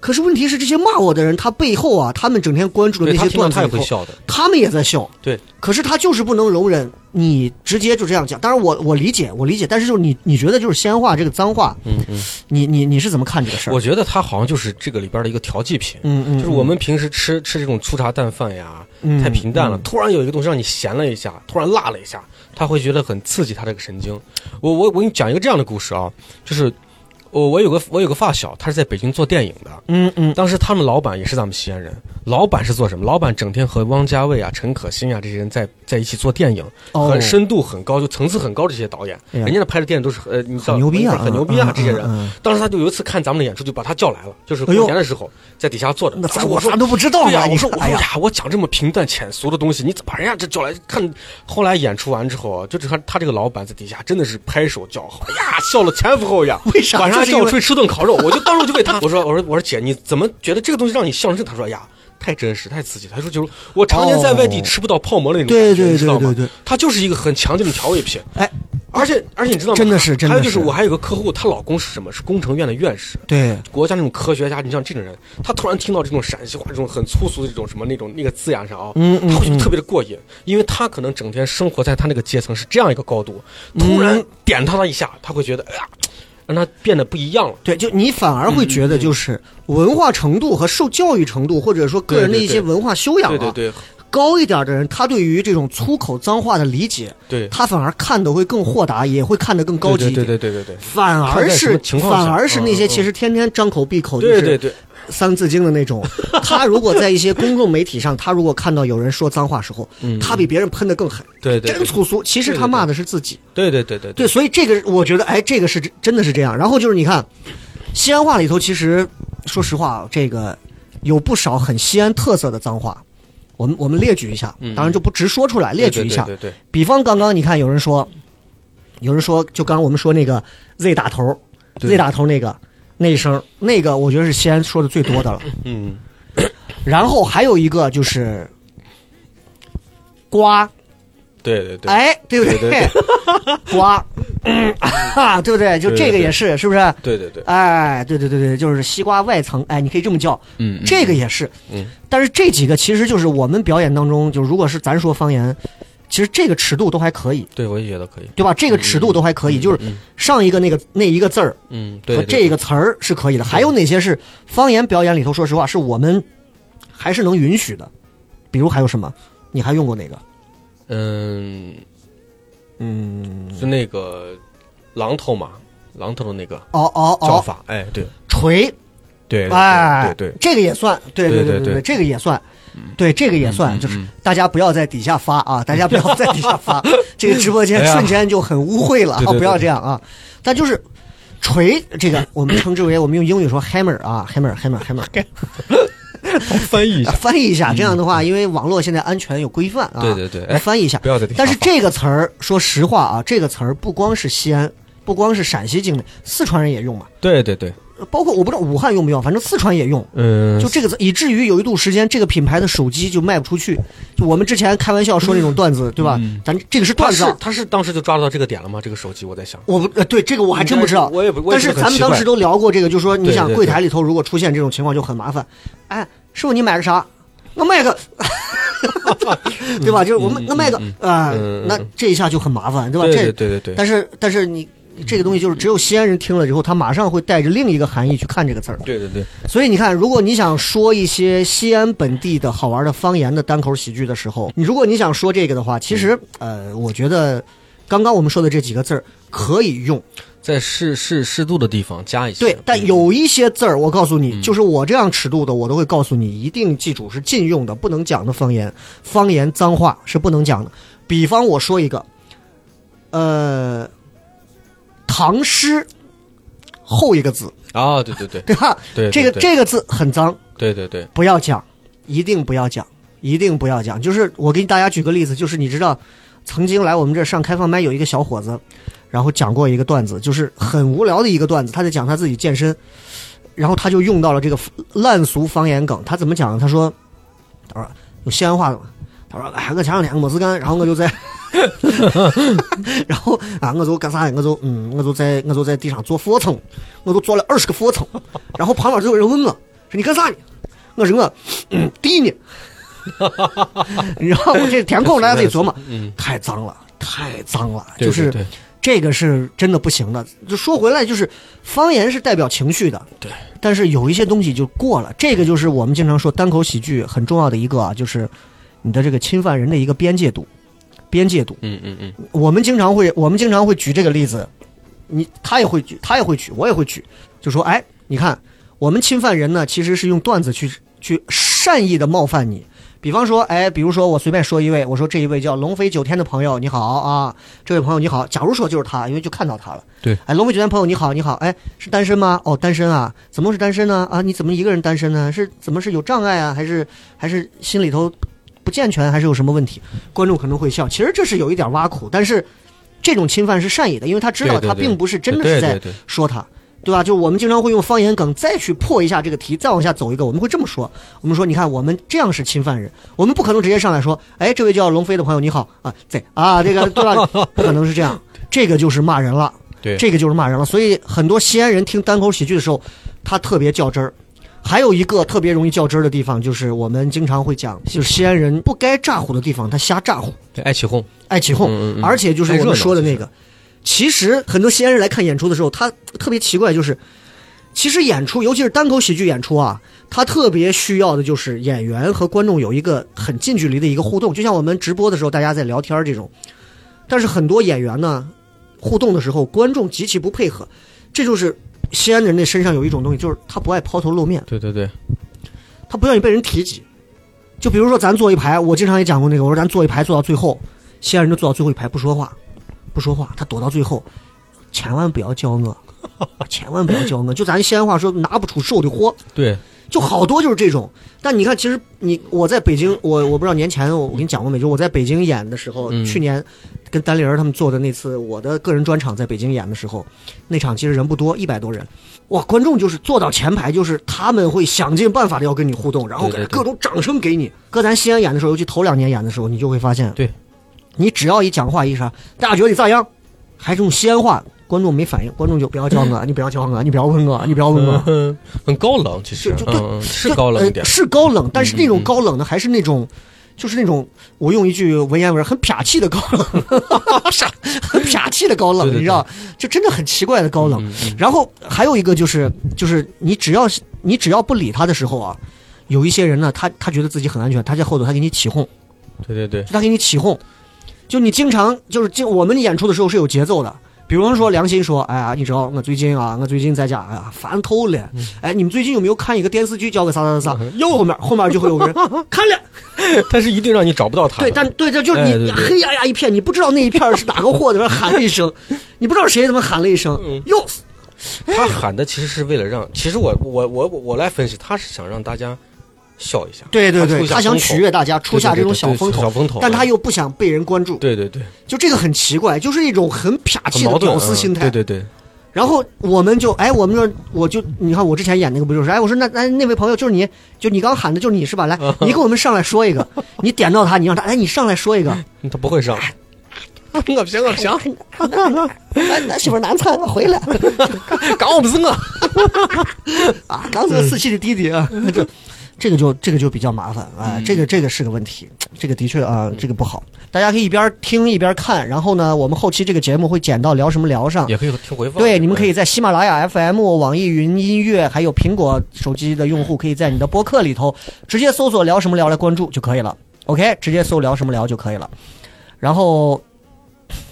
Speaker 3: 可是问题是，这些骂我的人，他背后啊，他们整天关注的
Speaker 4: 对
Speaker 3: 那
Speaker 4: 他
Speaker 3: 些
Speaker 4: 听到
Speaker 3: 段子
Speaker 4: 他也
Speaker 3: 里头
Speaker 4: 会，笑的。
Speaker 3: 他们也在笑。
Speaker 4: 对，
Speaker 3: 可是他就是不能容忍你直接就这样讲。当然我，我理解，我理解。但是就是你，你觉得就是西安话这个脏话，
Speaker 4: 嗯嗯，
Speaker 3: 你你你是怎么看这个事儿？
Speaker 4: 我觉得他好像就是这个里边的一个调剂品。
Speaker 3: 嗯嗯，
Speaker 4: 就是我们平时吃吃这种粗茶淡饭呀，
Speaker 3: 嗯
Speaker 4: 太平淡了。突然有一个东西让你咸了一下，突然辣了一下，他会觉得很刺激他这个神经。我我我给你讲一个这样的故事啊，就是我我有个我有个发小，他是在北京做电影的，
Speaker 3: 嗯嗯
Speaker 4: 当时他们老板也是咱们西安人，老板是做什么？老板整天和汪家卫啊、陈可辛啊这些人在在一起做电影，
Speaker 3: 哦
Speaker 4: 很深度很高，就层次很高。这些导演，
Speaker 3: 哎呀
Speaker 4: 人家拍的电影都是呃，你知道
Speaker 3: 很牛逼啊
Speaker 4: 很牛逼
Speaker 3: 嗯
Speaker 4: 啊
Speaker 3: 嗯！
Speaker 4: 这些人
Speaker 3: 嗯嗯，
Speaker 4: 当时他就有一次看咱们的演出，就把他叫来了，就是
Speaker 3: 哎
Speaker 4: 过
Speaker 3: 呦
Speaker 4: 年的时候，在底下坐着。
Speaker 3: 那
Speaker 4: 当
Speaker 3: 咱
Speaker 4: 时
Speaker 3: 我
Speaker 4: 我说
Speaker 3: 啥都不知道
Speaker 4: 对呀、
Speaker 3: 啊！
Speaker 4: 我说我说
Speaker 3: 哎呀，
Speaker 4: 呀，我讲这么平淡浅俗的东西，你怎么把人家这叫来看？后来演出完之后啊，就只看他这个老板在底下真的是拍手叫好哎呀，笑了前俯后仰。
Speaker 3: 为啥
Speaker 4: 晚上还
Speaker 3: 就是
Speaker 4: 叫
Speaker 3: 因
Speaker 4: 我
Speaker 3: 为
Speaker 4: 出去吃顿烤肉，我就当时我就问他， 我说我说我说姐，你怎么觉得这个东西让你笑成这？他说哎呀。太真实，太刺激了。他说：“就是我常年在外地
Speaker 3: 哦
Speaker 4: 吃不到泡馍的那种
Speaker 3: 对
Speaker 4: 感觉，
Speaker 3: 对
Speaker 4: 你知道
Speaker 3: 对
Speaker 4: 吗
Speaker 3: 对对？
Speaker 4: 它就是一个很强劲的调味品。
Speaker 3: 哎，
Speaker 4: 而且而且你知道吗？
Speaker 3: 真的是真的
Speaker 4: 还有就是
Speaker 3: 是
Speaker 4: 我还有个客户，她老公是什么？是工程院的院士。
Speaker 3: 对，
Speaker 4: 国家那种科学家，你像这种人，他突然听到这种陕西话这种很粗俗的这种什么那种那个字眼上啊，
Speaker 3: 嗯嗯
Speaker 4: 他会觉得特别的过瘾，因为他可能整天生活在他那个阶层是这样一个高度，突然
Speaker 3: 嗯
Speaker 4: 点他他一下，他会觉得哎呀，让他变得不一样了。
Speaker 3: 对，就你反而
Speaker 4: 嗯
Speaker 3: 会觉得就是文化程度和受教育程度，或者说个人的一些
Speaker 4: 对对对
Speaker 3: 文化修养啊，
Speaker 4: 对对对
Speaker 3: 高一点的人，他对于这种粗口脏话的理解，
Speaker 4: 对，
Speaker 3: 他反而看得会更豁达，也会看得更高级一
Speaker 4: 对
Speaker 3: 点。
Speaker 4: 对对对对对
Speaker 3: 反而
Speaker 4: 看在什
Speaker 3: 是
Speaker 4: 么情况下
Speaker 3: 反而是那些
Speaker 4: 嗯嗯
Speaker 3: 其实天天张口闭口就
Speaker 4: 对对
Speaker 3: 是
Speaker 4: 对，
Speaker 3: 《三字经》的那种，他如果在一些公众媒体上，他如果看到有人说脏话时候，他比别人喷得更狠，
Speaker 4: 嗯对对
Speaker 3: 真粗俗。其实
Speaker 4: 对对
Speaker 3: 他骂
Speaker 4: 对
Speaker 3: 的是自己。
Speaker 4: 对对对对
Speaker 3: 对，所以这个我觉得，哎，这个是真的是这样。然后就是你看，西安话里头，其实说实话，啊这个有不少很西安特色的脏话，我们我们列举一下，当然就不直说出来，列举一下。
Speaker 4: 嗯对对对
Speaker 3: 比方刚刚你看有人说，有人说，就刚刚我们说那个 Z 打头
Speaker 4: 对
Speaker 3: ，Z 打头那个那一声，那个我觉得是西安说的最多的了。
Speaker 4: 嗯，
Speaker 3: 然后还有一个就是瓜。
Speaker 4: 对对对，
Speaker 3: 哎，对不
Speaker 4: 对对？
Speaker 3: 瓜，嗯啊，对不对？就
Speaker 4: 对
Speaker 3: 这个
Speaker 4: 对
Speaker 3: 也是，是不是？
Speaker 4: 对对对，
Speaker 3: 哎，对对对对，就是西瓜外层，哎，你可以这么叫，
Speaker 4: 嗯嗯
Speaker 3: 这个也是，
Speaker 4: 嗯，
Speaker 3: 但是这几个其实就是我们表演当中，就如果是咱说方言，其实这个尺度都还可以，
Speaker 4: 对，我也觉得可以。
Speaker 3: 对吧？这个尺度都还可以，就是上一个那个那一个字儿
Speaker 4: 嗯，对
Speaker 3: 和，
Speaker 4: 对
Speaker 3: 这个词儿是可以的。还有哪些是方言表演里头？说实话，是我们还是能允许的。比如还有什么？你还用过哪个？
Speaker 4: 嗯，
Speaker 3: 嗯，
Speaker 4: 就那个榔头嘛，榔头的那个
Speaker 3: 哦哦
Speaker 4: 叫
Speaker 3: 哦，
Speaker 4: 法，哎，对
Speaker 3: 锤，
Speaker 4: 对，
Speaker 3: 哎，
Speaker 4: 对对，
Speaker 3: 这个也算，对
Speaker 4: 对
Speaker 3: 对
Speaker 4: 对
Speaker 3: 对，
Speaker 4: 对
Speaker 3: 这个也算。对，这个也算，
Speaker 4: 嗯
Speaker 3: 就是
Speaker 4: 嗯
Speaker 3: 大家不要在底下发啊，大家不要在底下 发，这个直播间
Speaker 4: 哎呀
Speaker 3: 瞬间就很污秽了啊
Speaker 4: 对对，对
Speaker 3: 不要这样啊。但就是锤这个，我们称之为我们用英语说 hammer 啊，hammer，hammer，hammer，
Speaker 4: 翻译一下，
Speaker 3: 翻译一下，这样的话，因为网络现在安全有规范啊，
Speaker 4: 嗯对对对哎
Speaker 3: 翻译一下
Speaker 4: 不。要再听。
Speaker 3: 但是这个词儿，说实话啊，这个词儿不光是西安，不光是陕西境内，四川人也用嘛，
Speaker 4: 对对对，
Speaker 3: 包括我不知道武汉用不用，反正四川也用。
Speaker 4: 嗯，
Speaker 3: 就这个词，以至于有一度时间，这个品牌的手机就卖不出去。就我们之前开玩笑说那种段子，对吧？咱这个是
Speaker 4: 他
Speaker 3: 段子
Speaker 4: 嗯是
Speaker 3: 啊，
Speaker 4: 他是当时就抓到这个点了吗？这个手机我在想，
Speaker 3: 我不呃，对这个我还真不知道。
Speaker 4: 我也不我也
Speaker 3: 但是
Speaker 4: 觉得很
Speaker 3: 咱们
Speaker 4: 奇怪
Speaker 3: 当时都聊过这个，就说你
Speaker 4: 对
Speaker 3: 想
Speaker 4: 对
Speaker 3: 柜
Speaker 4: 对
Speaker 3: 台里头如果出现这种情况就很麻烦。哎，师傅你买个啥？我买 个，对吧？就是我们
Speaker 4: 嗯嗯
Speaker 3: 我买个
Speaker 4: 嗯
Speaker 3: 啊
Speaker 4: 嗯嗯，
Speaker 3: 那这一下就很麻烦，对吧？
Speaker 4: 对对
Speaker 3: 这
Speaker 4: 对对对，
Speaker 3: 但是但是你这个东西就是只有西安人听了之后，他马上会带着另一个含义去看这个词儿。
Speaker 4: 对对对，
Speaker 3: 所以你看，如果你想说一些西安本地的好玩的方言的单口喜剧的时候，你如果你想说这个的话，其实呃，我觉得刚刚我们说的这几个字儿可以用，
Speaker 4: 在适适适度的地方加一些，
Speaker 3: 对，但有一些字儿，我告诉你，
Speaker 4: 嗯
Speaker 3: 就是我这样尺度的，我都会告诉你，一定记住是禁用的，不能讲的方言，方言脏话是不能讲的。比方我说一个，呃，唐诗后一个字，
Speaker 4: 啊，对对对
Speaker 3: 对吧？
Speaker 4: 对，
Speaker 3: 这个
Speaker 4: 对
Speaker 3: 这个字很脏，
Speaker 4: 对对对，
Speaker 3: 不要讲，一定不要讲，一定不要讲。就是我给大家举个例子，就是你知道，曾经来我们这儿上开放麦有一个小伙子，然后讲过一个段子，就是很无聊的一个段子，他在讲他自己健身，然后他就用到了这个烂俗方言梗。他怎么讲呢？他说，他说有西安话的吗？他说：“哎，我前两天没事干，然后我就在，然后啊，我就干啥呀？我就嗯，我就在我就在地上做俯卧撑，我就做了二十个俯卧撑。然后旁边就有人问我，说你干啥呢？我说我嗯地呢， 你知道我这填空大家自己琢磨，
Speaker 4: 嗯，
Speaker 3: 太脏了，太脏了，
Speaker 4: 对
Speaker 3: 就是
Speaker 4: 对
Speaker 3: 这个是真的不行的。就说回来，就是方言是代表情绪的，
Speaker 4: 对。
Speaker 3: 但是有一些东西就过了，这个就是我们经常说单口喜剧很重要的一个啊，就是你的这个侵犯人的一个边界度，边界度。
Speaker 4: 嗯嗯嗯，
Speaker 3: 我们经常会，我们经常会举这个例子，你他也会举，他也会举，我也会举，就说，哎，你看，我们侵犯人呢，其实是用段子去去善意的冒犯你。比方说，哎，比如说我随便说一位，我说这一位叫龙飞九天的朋友，你好啊，这位朋友你好。假如说就是他，因为就看到他了。
Speaker 4: 对，
Speaker 3: 哎，龙飞九天朋友你好，你好，哎，是单身吗？哦，单身啊，怎么是单身呢？啊，你怎么一个人单身呢？是怎么是有障碍啊，还是还是心里头不健全，还是有什么问题？观众可能会笑，其实这是有一点挖苦，但是这种侵犯是善意的，因为他知道
Speaker 4: 对对
Speaker 3: 他
Speaker 4: 对
Speaker 3: 并不是真的
Speaker 4: 对
Speaker 3: 是在
Speaker 4: 对对
Speaker 3: 说他，对吧？就我们经常会用方言梗再去破一下这个题，再往下走一个，我们会这么说：我们说，你看，我们这样是侵犯人，我们不可能直接上来说，哎，这位叫龙飞的朋友你好啊，在啊，这个对吧？不可能是这样，这个就是骂人了，
Speaker 4: 对
Speaker 3: 这个就是骂人了。所以很多西安人听单口喜剧的时候，他特别较真儿。还有一个特别容易较真儿的地方，就是我们经常会讲，就是西安人不该咋呼的地方，他瞎咋呼。
Speaker 4: 对，爱起哄，
Speaker 3: 爱起哄，
Speaker 4: 嗯嗯嗯
Speaker 3: 而且就是我们说的那个，其实很多西安人来看演出的时候，他特别奇怪，就是其实演出，尤其是单口喜剧演出啊，他特别需要的就是演员和观众有一个很近距离的一个互动，就像我们直播的时候大家在聊天儿这种，但是很多演员呢，互动的时候观众极其不配合，这就是西安人的身上有一种东西，就是他不爱抛头露面。
Speaker 4: 对对对，
Speaker 3: 他不愿意被人提及。就比如说咱坐一排，我经常也讲过那个，我说咱坐一排坐到最后，西安人就坐到最后一排不说话，不说话，他躲到最后，千万不要叫我，千万不要叫我，就咱西安话说拿不出手的货，
Speaker 4: 对，
Speaker 3: 就好多就是这种。但你看，其实你我在北京，我我不知道年前我我跟你讲过没，就我在北京演的时候，
Speaker 4: 嗯
Speaker 3: 去年跟丹玲儿他们做的那次我的个人专场在北京演的时候，那场其实人不多，一百多人，哇，观众就是坐到前排，就是他们会想尽办法的要跟你互动，然后
Speaker 4: 对对对
Speaker 3: 各种掌声给你。搁咱西安演的时候，尤其头两年演的时候，你就会发现，
Speaker 4: 对，
Speaker 3: 你只要一讲话一啥，大家觉得你咋样，还是用西安话。观众没反应，观众就不要叫我，你不要叫我，你不要问我，你不要问我，
Speaker 4: 嗯，很高冷，其实
Speaker 3: 就就
Speaker 4: 嗯嗯
Speaker 3: 就是
Speaker 4: 高冷一点
Speaker 3: 呃，是高冷，但是那种
Speaker 4: 嗯嗯
Speaker 3: 高冷呢，还是那种就是那种我用一句文言文，很痞气的高冷， 很痞气的高冷，
Speaker 4: 对对对
Speaker 3: 你知道，就真的很奇怪的高冷。
Speaker 4: 嗯嗯
Speaker 3: 然后还有一个就是，就是你只要是你只要不理他的时候啊，有一些人呢，他他觉得自己很安全，他在后头他给你起哄，
Speaker 4: 对对对，
Speaker 3: 就他给你起哄，就你经常就是就我们演出的时候是有节奏的。比方说，良心说，哎呀，你知道我最近啊，我最近在家，哎呀，烦透了。
Speaker 4: 嗯
Speaker 3: 哎，你们最近有没有看一个电视剧叫个啥啥啥啥？又后面后面就会有人 看了，
Speaker 4: 但是一定让你找不到他。
Speaker 3: 对，但对，这就是
Speaker 4: 哎对
Speaker 3: 你
Speaker 4: 对
Speaker 3: 黑压压一片，你不知道那一片是哪个货在那喊了一 声，你不知道谁他妈喊了一声，
Speaker 4: 嗯
Speaker 3: 哟，
Speaker 4: 他喊的其实是为了让，其实我我我我来分析，他是想让大家笑一下，
Speaker 3: 对对对，
Speaker 4: 他
Speaker 3: 他想取悦大家，出下这种小风
Speaker 4: 头，
Speaker 3: 头，
Speaker 4: 小风头，
Speaker 3: 但他又不想被人关注，
Speaker 4: 对对对，
Speaker 3: 就这个很奇怪，就是一种很痞
Speaker 4: 很
Speaker 3: 啊气的
Speaker 4: 矛盾，
Speaker 3: 屌丝心态。
Speaker 4: 嗯对对对，
Speaker 3: 然后我们就哎，我们就我就你看我之前演那个不就是哎，我说那那那位朋友就是你，就你刚喊的就是你是吧？来，你给我们上来说一 个，你点到他，你让他哎，你上来 说一个。
Speaker 4: 嗯他不会上。
Speaker 3: 啊
Speaker 4: 我不行，我不行，
Speaker 3: 俺哎俺媳妇难产，我回来
Speaker 4: 刚我不是我。
Speaker 3: 啊，刚才死去的弟弟啊，这这个就这个就比较麻烦啊，这个这个是个问题，这个的确啊，这个不好。大家可以一边听一边看，然后呢，我们后期这个节目会剪到聊什么聊上，
Speaker 4: 也可以听回放。
Speaker 3: 对，你们可以在喜马拉雅 FM、网易云音乐，还有苹果手机的用户，可以在你的播客里头直接搜索“聊什么聊”来关注就可以了。OK，直接搜“聊什么聊”就可以了。然后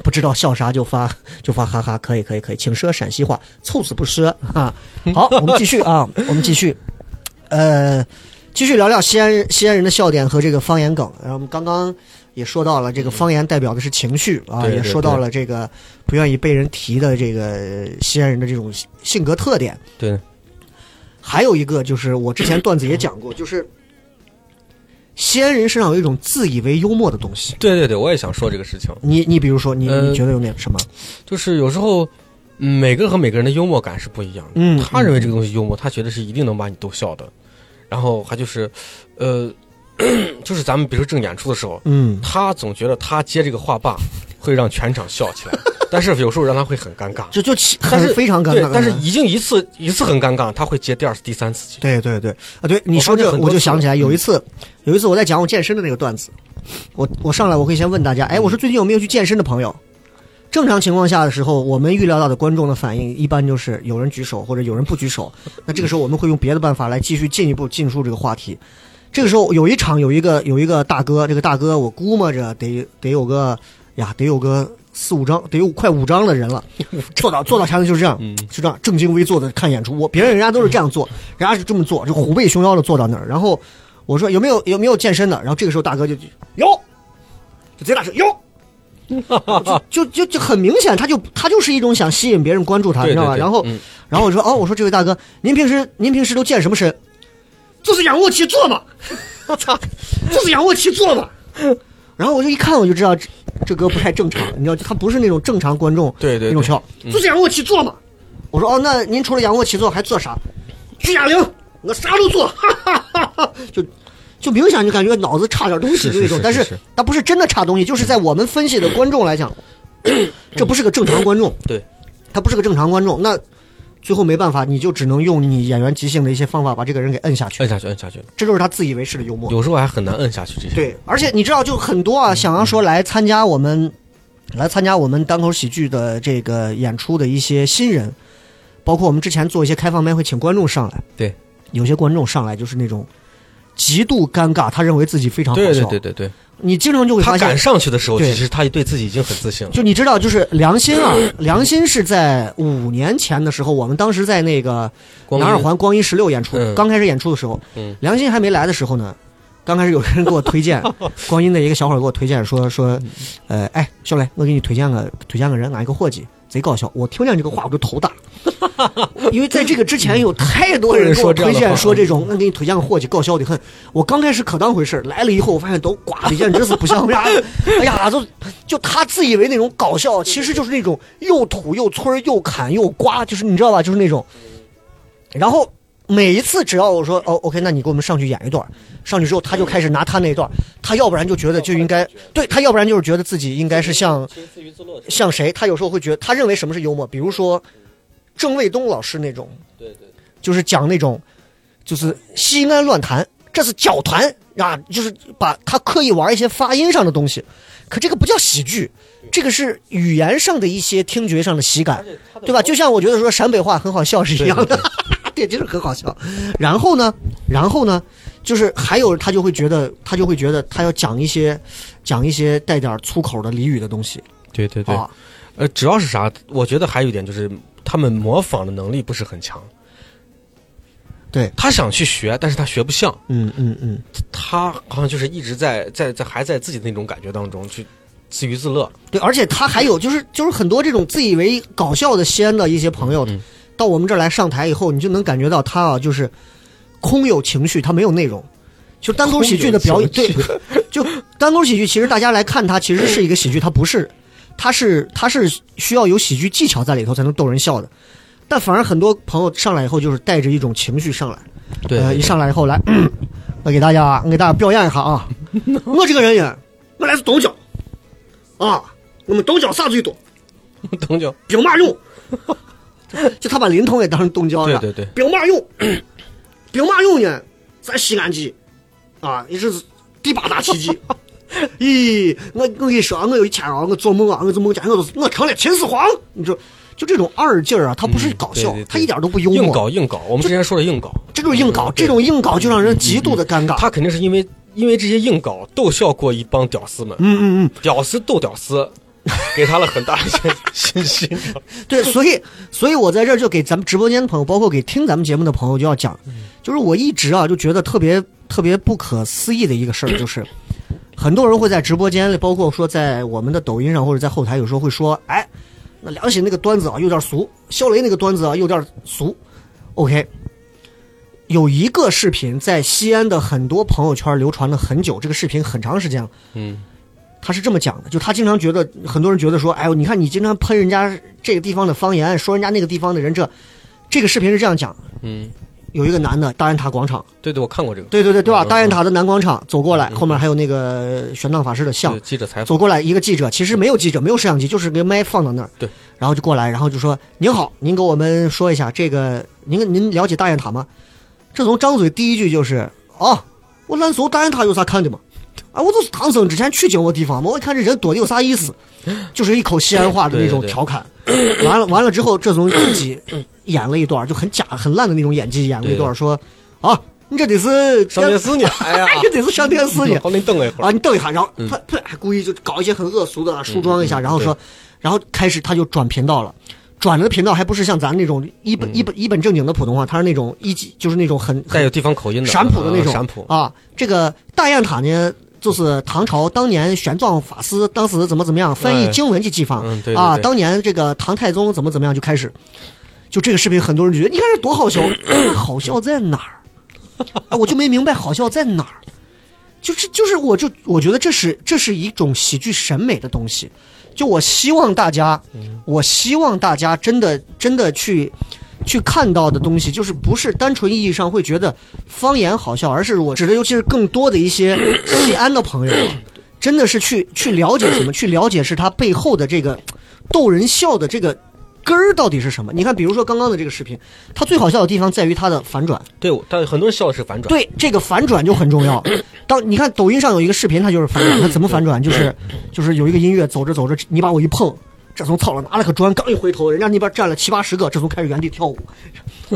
Speaker 3: 不知道笑啥就发 就发哈哈，可以可以可以，请说陕西话，猝死不说啊。
Speaker 4: 嗯
Speaker 3: 好，我们继续 啊，我们继续，呃，继续聊聊西安人西安人的笑点和这个方言梗。然后我们刚刚也说到了，这个方言代表的是情绪啊，
Speaker 4: 嗯对对
Speaker 3: 也说到了这个不愿意被人提的这个呃西安人的这种性格特点。
Speaker 4: 对，
Speaker 3: 还有一个就是我之前段子也讲过，就是西安人身上有一种自以为幽默的东西。
Speaker 4: 对对对，我也想说这个事情，
Speaker 3: 你你比如说，你
Speaker 4: 呃
Speaker 3: 你觉得有点什么？
Speaker 4: 就是有时候。嗯每个人和每个人的幽默感是不一样的。
Speaker 3: 嗯
Speaker 4: 他认为这个东西幽默，他觉得是一定能把你逗笑的。然后还就是，呃， 就是咱们比如说正演出的时候，
Speaker 3: 嗯，
Speaker 4: 他总觉得他接这个话霸会让全场笑 起来，但是有时候让他会很尴尬。
Speaker 3: 就就起
Speaker 4: 但是
Speaker 3: 很非常尴
Speaker 4: 对
Speaker 3: 尬。，
Speaker 4: 但是已经一次一次很尴尬，他会接第二次、第三次。
Speaker 3: 对对对啊，对你
Speaker 4: 我
Speaker 3: 说
Speaker 4: 发现
Speaker 3: 这
Speaker 4: 很
Speaker 3: 我
Speaker 4: 多
Speaker 3: 就
Speaker 4: 次
Speaker 3: 想起来，有一
Speaker 4: 嗯
Speaker 3: 次，有一次我在讲我健身的那个段子，我我上来我会先问大家，哎，我说最近有没有去健身的朋友？正常情况下的时候，我们预料到的观众的反应一般就是有人举手或者有人不举手，那这个时候我们会用别的办法来继续进一步进入这个话题。这个时候有一场有一个有一个大哥，这个大哥我估摸着得得有个呀，得有个四五张，得有快五张的人了。坐到坐到前面就是这样，
Speaker 4: 嗯
Speaker 3: 就这样正襟危坐的看演出。我别人人家都是这样做，人家是这么做，就虎背熊腰的坐到那儿。然后我说有没有有没有健身的？然后这个时候大哥就有，就贼大声有。 就就就很明显，他就他就是一种想吸引别人关注他，你
Speaker 4: 对
Speaker 3: 知道吧？
Speaker 4: 对对
Speaker 3: 然后
Speaker 4: 嗯，
Speaker 3: 然后我说哦，我说这位大哥，您平时您平时都健什么身？就是仰卧起坐嘛，我操，就是仰卧起坐嘛。然后我就一看我就知道这这哥不太正常，你知道，他不是那种正常观众
Speaker 4: 对对对嗯
Speaker 3: 那种笑，就是仰卧起坐嘛。我说哦，那您除了仰卧起坐还做啥？举哑铃，我啥都做，哈哈哈哈就。就明显就感觉脑子差点东西的那种，
Speaker 4: 是是是是
Speaker 3: 但
Speaker 4: 是
Speaker 3: 他不是真的差东西，就是在我们分析的观众 来讲，这不是个正常观众，
Speaker 4: 对，
Speaker 3: 他不是个正常观众，那最后没办法，你就只能用你演员即兴的一些方法把这个人给摁下去，
Speaker 4: 摁下去，摁下去，
Speaker 3: 这就是他自以为是的幽默。
Speaker 4: 有时候还很难摁下去。这些，
Speaker 3: 对，而且你知道，就很多
Speaker 4: 嗯
Speaker 3: 啊，想要说来参加我们，来参加我们单口喜剧的这个演出的一些新人，包括我们之前做一些开放麦，会请观众上来。
Speaker 4: 对，
Speaker 3: 有些观众上来就是那种极度尴尬，他认为自己非常好笑。
Speaker 4: 对对对对对，
Speaker 3: 你经常就会
Speaker 4: 他
Speaker 3: 发
Speaker 4: 敢
Speaker 3: 现，
Speaker 4: 上去的时候，
Speaker 3: 对
Speaker 4: 其实他对自己已经很自信了。
Speaker 3: 就你知道，就是良心啊，良心是在五年前的时候，我们当时在那个
Speaker 4: 光
Speaker 3: 南二
Speaker 4: 阴
Speaker 3: 环光一十六演出，
Speaker 4: 嗯
Speaker 3: 刚开始演出的时候，
Speaker 4: 嗯
Speaker 3: 良心还没来的时候呢，刚开始有人给我推 荐，光阴的一个小伙儿给我推荐说说，
Speaker 4: 嗯
Speaker 3: 呃，哎，小磊，我给你推荐个推荐个人，俺一个伙计，贼搞笑。我听见这个话我就头 大，因为在这个之前有太多人给我推
Speaker 4: 有人说
Speaker 3: 荐说
Speaker 4: 这样的话嗯
Speaker 3: 这种，那给你推荐个伙计，搞笑的很。我刚开始可当回事儿来了以后我发现都瓜的简直是不像 样。哎呀，就就他自以为那种搞笑，其实就是那种又土又村儿又砍又刮，就是你知道吧，就是那种。然后每一次只要我说哦，OK，那你给我们上去演一段儿，上去之后他就开始拿他那一段儿，他要不然就觉得就应该对他，要不然就是觉得自己应该是像像谁，他有时候会觉得他认为什么是幽默，比如说郑卫东老师那种，对对，就是讲那种就是西安乱谈。这是搅团啊，就是把他刻意玩一些发音上的东西，可这个不叫喜剧，这个是语言上的一些听觉上的喜感，对吧？就像我觉得说陕北话很好笑是一样的，对就是很好笑。然后呢，然后呢，就是还有他就会觉得他就会觉得他要讲一些讲一些带点粗口的俚语的东西
Speaker 4: 对对对，
Speaker 3: 啊，
Speaker 4: 呃，主要是啥？我觉得还有一点就是他们模仿的能力不是很强。
Speaker 3: 对，
Speaker 4: 他想去学，但是他学不像，
Speaker 3: 嗯嗯嗯，
Speaker 4: 他好像就是一直在在在还在自己的那种感觉当中去自娱自乐。
Speaker 3: 对，而且他还有就是就是很多这种自以为搞笑的西安的一些朋
Speaker 4: 嗯
Speaker 3: 友，到我们这儿来上台以后，你就能感觉到他啊，就是空有情绪，他没有内容。就单口喜剧的表演，
Speaker 4: 空有
Speaker 3: 对
Speaker 4: 情绪，
Speaker 3: 就单口喜剧，其实大家来看它，其实是一个喜剧，它不是，它是它是需要有喜剧技巧在里头才能逗人笑的。但反而很多朋友上来以后，就是带着一种情绪上来，
Speaker 4: 对
Speaker 3: 呃，一上来以后来， 我给大家，我给大家表演一下 啊，我这个人也，我来自东郊，啊，我们东郊啥最多？
Speaker 4: 东郊
Speaker 3: 兵马俑，就他把林通也当成东郊了。
Speaker 4: 对对对
Speaker 3: 兵马 俑，兵马俑呢，在西安籍，啊，也是第八大奇 迹。咦，我我跟你说啊，我有一天啊，我做梦啊，我做梦见我都我成了秦始皇，你说就这种二劲儿啊，他不是搞笑，
Speaker 4: 嗯对对对
Speaker 3: 他一点都不幽
Speaker 4: 硬
Speaker 3: 默，
Speaker 4: 搞嗯硬搞，我们之前说的硬搞，
Speaker 3: 这种硬搞，这种硬搞就让人极
Speaker 4: 嗯
Speaker 3: 度的尴尬。
Speaker 4: 他肯定是因为因为这些硬搞逗笑过一帮屌丝们，
Speaker 3: 嗯嗯
Speaker 4: 屌丝逗屌 丝，给他了很大的信信心。
Speaker 3: 嗯，对，所以所以我在这儿就给咱们直播间的朋友，包括给听咱们节目的朋友，就要讲，就是我一直啊就觉得特别特别不可思议的一个事儿，就是很多人会在直播间里，包括说在我们的抖音上或者在后台，有时候会说，哎，那梁喜那个段子啊有点俗，肖雷那个段子啊有点俗，OK。有一个视频在西安的很多朋友圈流传了很久，这个视频很长时间了。
Speaker 4: 嗯，
Speaker 3: 他是这么讲的，就他经常觉得很多人觉得说，哎呦，你看你经常喷人家这个地方的方言，说人家那个地方的人这，这个视频是这样讲，
Speaker 4: 嗯，
Speaker 3: 有一个男的大雁塔广场，
Speaker 4: 对对，我看过这个，
Speaker 3: 对对对对吧？
Speaker 4: 嗯
Speaker 3: 大雁塔的南广场走过来，后面还有那个玄奘法师的像
Speaker 4: 对，记者采访，
Speaker 3: 走过来一个记者，其实没有记者，没有摄像机，就是个麦放到那儿，
Speaker 4: 对，
Speaker 3: 然后就过来，然后就说：“您好，您给我们说一下这个，您您了解大雁塔吗？”这从张嘴第一句就是：“哦，我烂熟大雁塔有啥看的嘛？啊，我就是唐僧之前取经我地方嘛，我一看这人多的有啥意思，就是一口西安话的那种
Speaker 4: 对对对
Speaker 3: 调侃。完了完了之后，这从自己呃演了一段就很假很烂的那种演技，演了一段说：“啊，你这得是，
Speaker 4: 上电视呢，哎呀
Speaker 3: 这得是上电视呢。”
Speaker 4: 好，那你等我一会
Speaker 3: 啊，
Speaker 4: 儿。
Speaker 3: 你瞪一下，然后他他还故意就搞一些很恶俗的啊梳妆一下，
Speaker 4: 嗯
Speaker 3: 然后说，然后开始他就转频道了。转了的频道还不是像咱那种一
Speaker 4: 嗯
Speaker 3: 本一本一本正经的普通话，他是那种一级就是那种很
Speaker 4: 带
Speaker 3: 很
Speaker 4: 有地方口音的
Speaker 3: 陕普的那种
Speaker 4: 嗯陕普，
Speaker 3: 啊。这个大雁塔呢，就是唐朝当年玄奘法师当时怎么怎么样翻译
Speaker 4: 哎
Speaker 3: 经文这地方
Speaker 4: 嗯对对
Speaker 3: 啊，
Speaker 4: 对
Speaker 3: 当年这个唐太宗怎么怎么样就开始，就这个视频很多人觉得你看这多 好笑，那好笑在哪儿？啊，我就没明白好笑在哪儿。就是就是，我就我觉得这是这是一种喜剧审美的东西。就我希望大家，
Speaker 4: 嗯
Speaker 3: 我希望大家真的真的去去看到的东西，就是不是单纯意义上会觉得方言好笑，而是我指的，尤其是更多的一些 西安的朋友啊，真的是去去了解什么，去了解是它背后的这个逗人笑的这个根儿到底是什么。你看，比如说刚刚的这个视频，它最好笑的地方在于它的反转。
Speaker 4: 对，我但很多人笑的是反转，
Speaker 3: 对，这个反转就很重 要。当你看抖音上有一个视频，它就是反转，它怎么反转？就是就是有一个音乐走着走着，你把我一碰，这从操了拿了个砖，刚一回头，人家那边站了七八十个，这从开始原地跳 舞，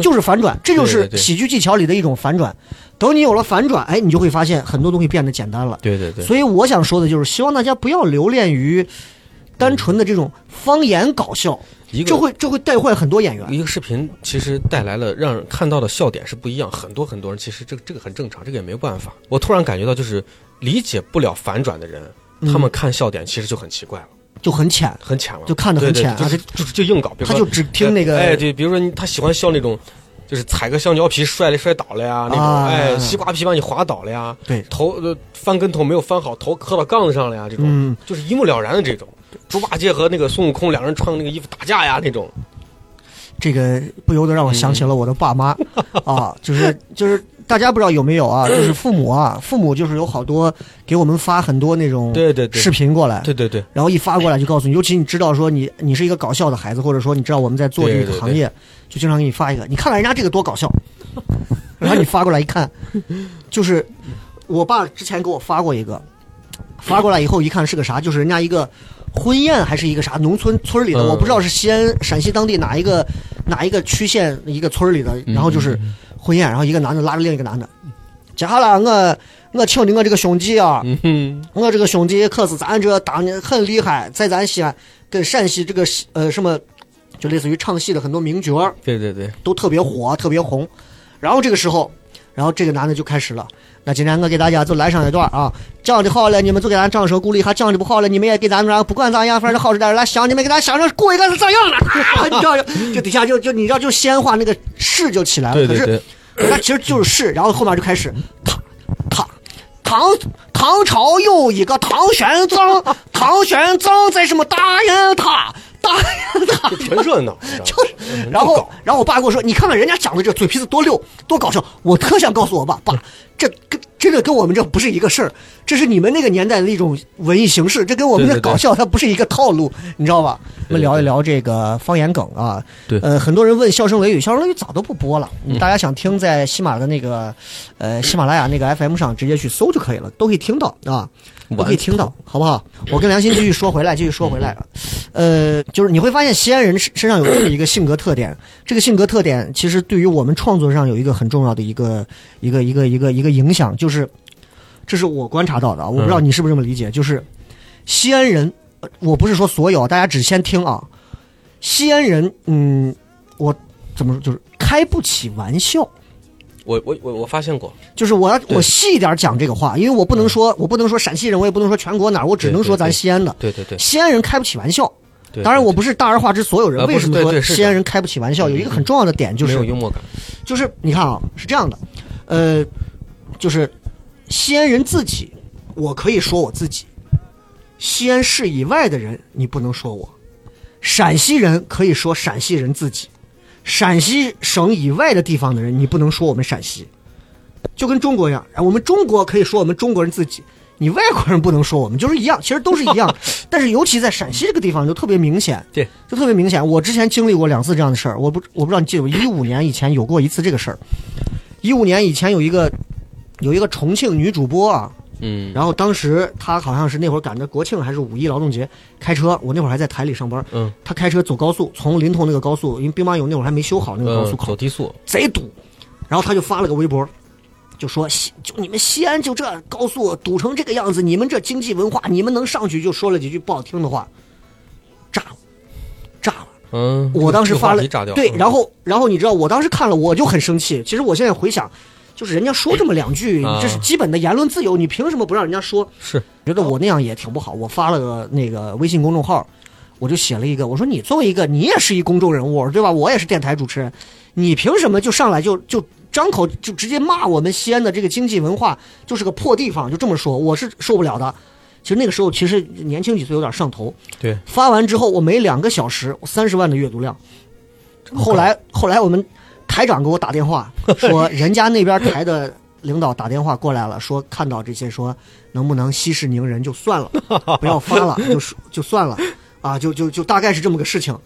Speaker 3: 就是反转，这就
Speaker 4: 对
Speaker 3: 是
Speaker 4: 对对
Speaker 3: 喜剧技巧里的一种反转。等你有了反转，哎，你就会发现很多东西变得简单了。
Speaker 4: 对对对，
Speaker 3: 所以我想说的就是，希望大家不要留恋于单纯的这种方言搞笑，
Speaker 4: 嗯一个
Speaker 3: 这会这会带坏很多演员。
Speaker 4: 一个视频其实带来了让人看到的笑点是不一样，很多很多人其实这个这个很正常，这个也没有办法。我突然感觉到，就是理解不了反转的人，他
Speaker 3: 嗯
Speaker 4: 们看笑点其实就很奇怪了，
Speaker 3: 就很浅，
Speaker 4: 很浅了，
Speaker 3: 就看得很
Speaker 4: 对对
Speaker 3: 浅
Speaker 4: 就是就是就硬搞，比如
Speaker 3: 他就
Speaker 4: 说
Speaker 3: 只听那个
Speaker 4: 哎，对，比如说你他喜欢笑那种。就是踩个香蕉皮摔了摔倒了呀，那种、
Speaker 3: 啊
Speaker 4: 哎，西瓜皮把你滑倒了呀，
Speaker 3: 对
Speaker 4: 头呃翻跟头没有翻好，头磕到杠子上了呀，这种、
Speaker 3: 嗯
Speaker 4: 就是一目了然的这种。猪八戒和那个孙悟空两人穿那个衣服打架呀，那种
Speaker 3: 这个不由得让我想起了
Speaker 4: 嗯
Speaker 3: 我的爸妈、 啊，就是就是大家不知道有没有啊，就是父母啊，父母就是有好多给我们发很多那种
Speaker 4: 对对对
Speaker 3: 视频过来，
Speaker 4: 对对对，
Speaker 3: 然后一发过来就告诉你，尤其你知道说你你是一个搞笑的孩子，或者说你知道我们在做这
Speaker 4: 对
Speaker 3: 个
Speaker 4: 对
Speaker 3: 行业，就经常给你发一个，你看看人家这个多搞笑，然后你发过来一看，就是我爸之前给我发过一个，发过来以后一看是个啥，就是人家一个婚宴还是一个啥农村村里的，
Speaker 4: 嗯
Speaker 3: 我不知道是西安陕西当地哪一个哪一个区县一个村里的，然后
Speaker 4: 嗯
Speaker 3: 就是婚宴，然后一个男的拉着另一个男的，接下来我我请你我这个兄弟啊，
Speaker 4: 嗯哼，
Speaker 3: 我这个兄弟可是咱这当年很厉害，在咱西安跟陕西这个西呃什么，就类似于唱戏的很多名角儿
Speaker 4: 对对对，
Speaker 3: 都特别火，特别红。然后这个时候，然后这个男的就开始了。那今天我给大家就来上一段啊，讲的好了你们就给咱掌声鼓励一下，讲的不好了你们也给咱们不管咋样，反正好着点儿，来想你们给咱想着鼓一个是咋样了？啊你知道就就底下就就你知道就西安话那个势就起来了。
Speaker 4: 对对
Speaker 3: 可是
Speaker 4: 对，
Speaker 3: 那其实就是是，然后后面就开始唐唐唐唐朝有一个唐玄奘，唐玄奘在什么大雁塔大雁塔。
Speaker 4: 纯热 闹，
Speaker 3: 就是，
Speaker 4: 嗯
Speaker 3: 然后，然后我爸跟我说：“你看看人家讲的这嘴皮子多溜，多搞笑。”我特想告诉我爸，
Speaker 4: 嗯
Speaker 3: 爸，这跟真的跟我们这不是一个事儿，这是你们那个年代的一种文艺形式，这跟我们的
Speaker 4: 对对对
Speaker 3: 搞笑它不是一个套路，你知道吧？我们
Speaker 4: 对对
Speaker 3: 聊一
Speaker 4: 对
Speaker 3: 聊这个方言梗啊。
Speaker 4: 对嗯
Speaker 3: 呃，很多人问《笑声雷雨》，《笑声雷雨》早都不播了，大家想听，在喜马的那个，呃，喜马拉雅那个 FM 上直接去搜就可以了，都可以听到啊，都可以听到，好不好？我跟梁鑫继续说回来，继续说回来，啊
Speaker 4: 嗯
Speaker 3: 呃，就是你会发现西安人身身上有这么一个性格特点，这个性格特点其实对于我们创作上有一个很重要的一个一个一个一个一个影响，就是这是我观察到的啊，我不知
Speaker 4: 嗯
Speaker 3: 道你是不是这么理解，就是西安人，呃我不是说所有，大家只先听啊，西安人，嗯，我怎么说，就是开不起玩笑。
Speaker 4: 我我我我发现过，
Speaker 3: 就是我要
Speaker 4: 对嗯
Speaker 3: 我细一点讲这个话，因为我不能说我不能说陕西人，我也不能说全国哪儿，我只能说咱
Speaker 4: 对对对
Speaker 3: 西安的。
Speaker 4: 对对对
Speaker 3: 西安人开不起玩笑，
Speaker 4: 对，
Speaker 3: 当然我
Speaker 4: 对
Speaker 3: 不是大而化之所有人。
Speaker 4: 呃
Speaker 3: 为
Speaker 4: 不
Speaker 3: 什
Speaker 4: 是
Speaker 3: 么
Speaker 4: 对
Speaker 3: 说
Speaker 4: 对是的
Speaker 3: 西安人开不起玩笑？有一个很重要的点就
Speaker 4: 没
Speaker 3: 是
Speaker 4: 有幽默感，
Speaker 3: 就是你看啊，是这样的，呃，就是西安人自己，我可以说我自己；西安市以外的人，你不能说我。陕西人可以说陕西人自己，陕西省以外的地方的人，你不能说我们陕西。就跟中国一样，哎我们中国可以说我们中国人自己，你外国人不能说我们，就是一样，其实都是一样的。 但是尤其在陕西这个地方就特别明显，
Speaker 4: 对，
Speaker 3: 就特别明显。我之前经历过两次这样的事儿，我不我不知道你记得不？一五年以前有过一次这个事儿。一五年以前有一个有一个重庆女主播啊，
Speaker 4: 嗯，
Speaker 3: 然后当时她好像是那会儿赶着国庆还是五一劳动节开车，我那会儿还在台里上班，
Speaker 4: 嗯，
Speaker 3: 她开车走高速，从临潼那个高速，因为兵马俑那会儿还没修好那个高
Speaker 4: 呃
Speaker 3: 速口
Speaker 4: 走，低速，
Speaker 3: 贼堵。然后他就发了个微博，就说西就你们西安就这高速堵成这个样子，你们这经济文化，你们能上去就说了几句不好听的话，炸了，炸了。
Speaker 4: 嗯，
Speaker 3: 我当时发
Speaker 4: 这个话
Speaker 3: 了
Speaker 4: 题炸掉，
Speaker 3: 对，
Speaker 4: 嗯
Speaker 3: 然后然后你知道，我当时看了我就很生气。其实我现在回想，就是人家说这么两句，
Speaker 4: 啊
Speaker 3: 这是基本的言论自由，你凭什么不让人家说？
Speaker 4: 是
Speaker 3: 觉得我那样也挺不好，我发了个那个微信公众号，我就写了一个，我说你作为一个你也是一公众人物，对吧？我也是电台主持人，你凭什么就上来就就张口就直接骂我们西安的这个经济文化就是个破地方，就这么说，我是受不了的。其实那个时候其实年轻几岁有点上头，
Speaker 4: 对，
Speaker 3: 发完之后我没两个小时三十万的阅读量，后来后来我们台长给我打电 话说，人家那边台的领导打电话过来了，说看到这些说能不能息事宁人就算 了，不要发了，就说就算了啊，就就就大概是这么个事情。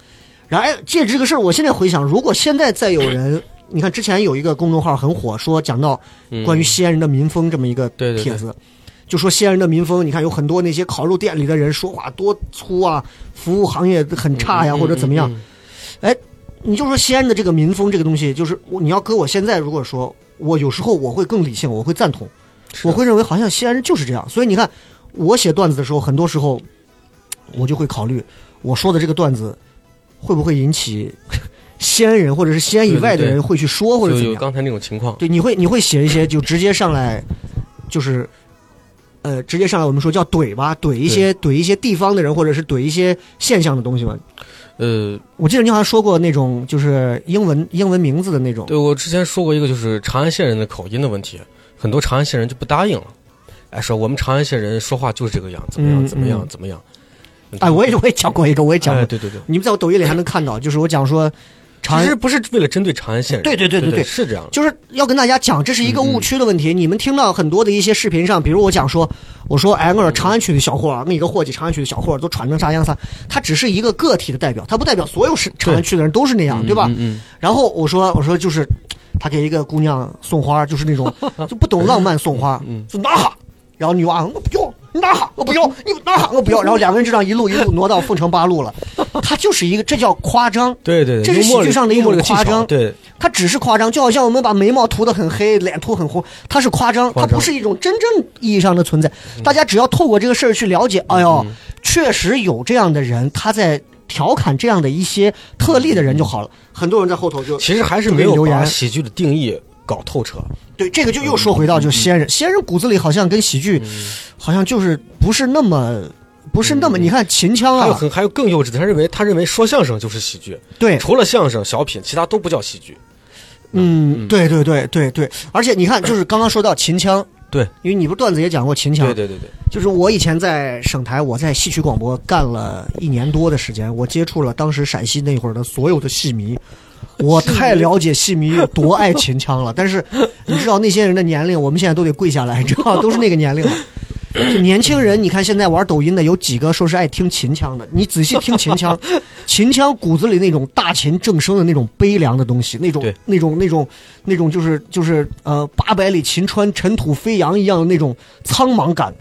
Speaker 3: 然后哎，借着这个事儿，我现在回想，如果现在再有 人，你看之前有一个公众号很火，说讲到关于西安人的民风这么一个
Speaker 4: 嗯对对对
Speaker 3: 帖子。就说西安人的民风，你看有很多那些烤肉店里的人说话多粗啊，服务行业很差啊呀，或者怎么样。
Speaker 4: 嗯嗯
Speaker 3: 你就说西安的这个民风这个东西，就是我你要搁我现在如果说，我有时候我会更理性，我会赞同，
Speaker 4: 是
Speaker 3: 我会认为好像西安人就是这样。所以你看，我写段子的时候，很多时候我就会考虑我说的这个段子会不会引起西安人或者是西安以外的
Speaker 4: 对对
Speaker 3: 人会去说或者
Speaker 4: 就
Speaker 3: 怎么
Speaker 4: 有
Speaker 3: 样。
Speaker 4: 刚才那种情况，
Speaker 3: 对，你会你会写一些就直接上来，就是。呃，直接上来我们说叫怼吧，怼一些怼一些地方的人，或者是怼一些现象的东西嘛。
Speaker 4: 呃，
Speaker 3: 我记得你好像说过那种就是英文英文名字的那种，
Speaker 4: 对我之前说过一个就是长安县人的口音的问题，很多长安县人就不答应了，哎，说我们长安县人说话就是这个样，怎
Speaker 3: 嗯
Speaker 4: 么样，怎么样
Speaker 3: 嗯，
Speaker 4: 怎么样。
Speaker 3: 哎，我也我也讲过一个，我也讲过，
Speaker 4: 哎对对对，
Speaker 3: 你们在我抖音里还能看到，就是我讲说长
Speaker 4: 其实
Speaker 3: 安，
Speaker 4: 不是为了针对长安县人，
Speaker 3: 对对对对
Speaker 4: 对
Speaker 3: 对
Speaker 4: 是这样的。
Speaker 3: 就是要跟大家讲，这是一个误区的问题。你们听到很多的一些视频上，比如我讲说，我说哎，我说长安区的小伙儿，我一个伙计，长安区的小伙儿都穿成啥样啥，他只是一个个体的代表，他不代表所有是长安区的人都是那样，对吧？
Speaker 4: 嗯嗯嗯，
Speaker 3: 然后我说我说就是他给一个姑娘送花，就是那种就不懂浪漫送花，
Speaker 4: 嗯
Speaker 3: 就拿哈，然后女娃我不要，你拿哈我不要，你拿哈我不要，然后两个人就这样一路一路挪到凤城八路了，他就是一个这叫夸张，
Speaker 4: 对对
Speaker 3: 这
Speaker 4: 对，
Speaker 3: 是
Speaker 4: 幽默
Speaker 3: 喜剧上的一
Speaker 4: 幽默
Speaker 3: 种
Speaker 4: 这个技
Speaker 3: 夸
Speaker 4: 巧
Speaker 3: 张
Speaker 4: 对
Speaker 3: 他只是夸张，就好像我们把眉毛涂得很黑，脸涂很红，它是夸张，
Speaker 4: 夸
Speaker 3: 它
Speaker 4: 张嗯
Speaker 3: 不是一种真正意义上的存在。大家只要透过这个事儿去了解，哎呦，确实有这样的人，他在调侃这样的一些特例的人就
Speaker 4: 嗯
Speaker 3: 好了。很多人在后头就
Speaker 4: 其实还是没有
Speaker 3: 留
Speaker 4: 把
Speaker 3: 言，啊
Speaker 4: 喜剧的定义搞透彻。
Speaker 3: 对这个就又说回
Speaker 4: 嗯
Speaker 3: 到就仙人，仙人骨子里好像跟喜剧，好像就是不是那么。不是那么，你看秦腔
Speaker 4: 嗯还有
Speaker 3: 啊，
Speaker 4: 很还有更幼稚的，他认为他认为说相声就是喜剧，
Speaker 3: 对，
Speaker 4: 除了相声小品，其他都不叫喜剧。
Speaker 3: 嗯，对对对对对，而且你看，就是刚刚说到秦腔，
Speaker 4: 对，
Speaker 3: 因为你不是段子也讲过秦腔，
Speaker 4: 对对对对，
Speaker 3: 就是我以前在省台，我在戏曲广播干了一年多的时间，我接触了当时陕西那会儿的所有的戏迷， 我太了解戏迷有多爱秦腔了。但是你知道那些人的年龄，我们现在都得跪下来，你知道，都是那个年龄了。就年轻人，你看现在玩抖音的有几个说是爱听秦腔的？你仔细听秦腔，秦腔骨子里那种大秦正声的那种悲凉的东西，那种
Speaker 4: 对
Speaker 3: 那种那种那种就是就是呃八百里秦川尘土飞扬一样的那种苍茫感，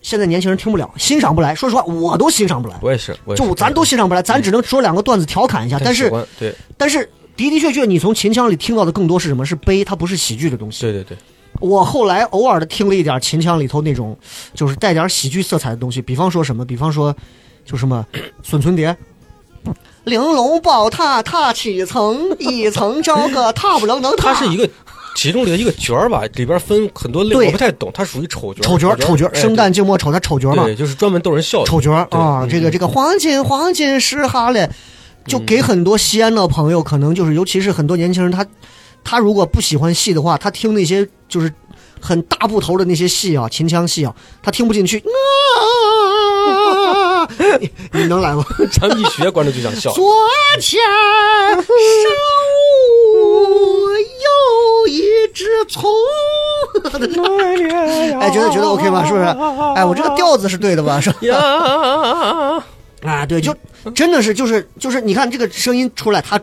Speaker 3: 现在年轻人听不了，欣赏不来。说实话，我都欣赏不来，
Speaker 4: 我也是，我也是
Speaker 3: 就咱都欣赏不来，咱只能说两个段子调侃一下。但
Speaker 4: 喜
Speaker 3: 是
Speaker 4: 欢对
Speaker 3: 但是的的确确，你从秦腔里听到的更多是什么？是悲，它不是喜剧的东西。
Speaker 4: 对对对，
Speaker 3: 我后来偶尔的听了一点秦腔里头那种，就是带点喜剧色彩的东西，比方说什么，比方说，就什么笋存蝶。玲珑宝塔塔几层，一层高 个塔不楞能
Speaker 4: 他
Speaker 3: 塔。
Speaker 4: 是一个其中的一个角儿吧，里边分很多类，
Speaker 3: 对
Speaker 4: 我不太懂，他属于丑角，
Speaker 3: 丑角，丑角，
Speaker 4: 哎
Speaker 3: 生旦净末丑，他丑角
Speaker 4: 对
Speaker 3: 嘛。
Speaker 4: 对，就是专门逗人笑的
Speaker 3: 丑角儿
Speaker 4: 对
Speaker 3: 啊，
Speaker 4: 嗯
Speaker 3: 这个这个黄金黄金时哈嘞，就给很多西安的朋友，可能就是尤其是很多年轻人，他他如果不喜欢戏的话，他听那些就是很大部头的那些戏啊，秦腔戏啊，他听不进去。 啊，你 你能 来吗？
Speaker 4: 咱们一学观众就 想笑。
Speaker 3: 左前手右一只葱。 哎，觉得觉得 OK 吧？是不是？哎，我这个调子是对的吧？是吧？
Speaker 4: 呀，
Speaker 3: 啊，
Speaker 4: 嗯
Speaker 3: 对，就真的是就是就是，你看这个声音出来，它，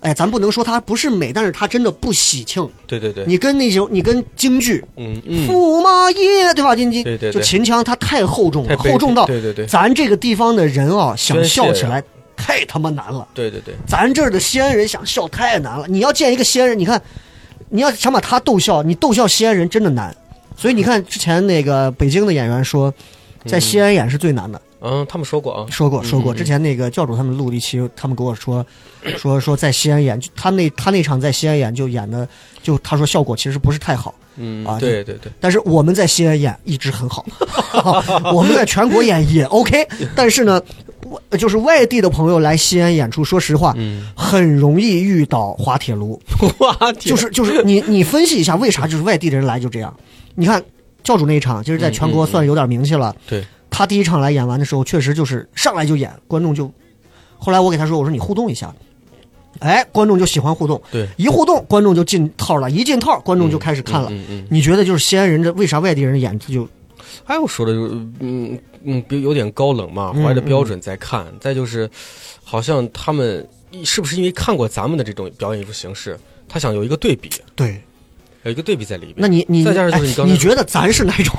Speaker 3: 哎，咱不能说它不是美，但是它真的不喜庆。
Speaker 4: 对对对，
Speaker 3: 你跟那种你跟京剧
Speaker 4: 嗯
Speaker 3: 《
Speaker 4: 嗯，
Speaker 3: 驸马爷》对吧？你你
Speaker 4: 对对对
Speaker 3: 就秦腔，它太厚重了，
Speaker 4: 太悲
Speaker 3: 厚重到
Speaker 4: 对对对
Speaker 3: 咱这个地方的人啊，想
Speaker 4: 宣泄
Speaker 3: 笑起
Speaker 4: 呀
Speaker 3: 来太他妈难了。
Speaker 4: 对对对，
Speaker 3: 咱这儿的西安人想笑太难了。你要见一个西安人，你看，你要想把他逗笑，你逗笑西安人真的难。所以你看之前那个北京的演员说，在西安演是最难的。
Speaker 4: 嗯，他们说过啊，
Speaker 3: 说过说过，之前那个教主他们录了一期，他们跟我说，说说在西安演，就他那他那场在西安演就演的，就他说效果其实不是太好，
Speaker 4: 嗯
Speaker 3: 啊，
Speaker 4: 对对对，
Speaker 3: 但是我们在西安演一直很好， 我们在全国演也 OK，但是呢，我就是外地的朋友来西安演出，说实话，很容易遇到滑铁卢，
Speaker 4: 哇，天
Speaker 3: 就是就是你你分析一下为啥就是外地人来就这样，你看教主那一场，就是在全国算有点名气了。
Speaker 4: 对，
Speaker 3: 他第一场来演完的时候，确实就是上来就演，观众就。后来我给他说，我说你互动一下，哎，观众就喜欢互动，
Speaker 4: 对，嗯
Speaker 3: 一互动观众就进套了，一进套观众就开始看了。
Speaker 4: 嗯嗯嗯
Speaker 3: 你觉得就是西安人这为啥外地人演这就
Speaker 4: 还有说的就是，嗯嗯，比有点高冷
Speaker 3: 嗯
Speaker 4: 嘛，怀着标准在看。再就是，好像他们是不是因为看过咱们的这种表演艺术形式，他想有一个对比，
Speaker 3: 对？
Speaker 4: 有一个对比在里边。
Speaker 3: 那你你
Speaker 4: 再加上
Speaker 3: 哎
Speaker 4: 就是你刚才
Speaker 3: 你觉得咱是哪种？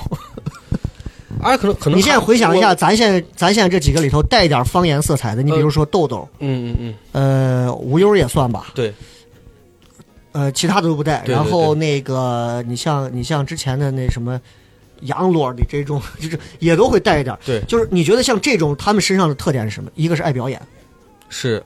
Speaker 4: 哎，可能可能
Speaker 3: 你现在回想一
Speaker 4: 我
Speaker 3: 下，，咱现在咱现在这几个里头带一点方言色彩的，你比如说豆豆，
Speaker 4: 嗯嗯嗯，
Speaker 3: 呃，无忧也算吧，
Speaker 4: 对，
Speaker 3: 呃，其他的都不带。
Speaker 4: 对对
Speaker 3: 然后那个，你像你像之前的那什么杨罗的这种， 就是也都会带一点儿。
Speaker 4: 对
Speaker 3: 就是你觉得像这种他们身上的特点是什么？一个是爱表演，
Speaker 4: 是。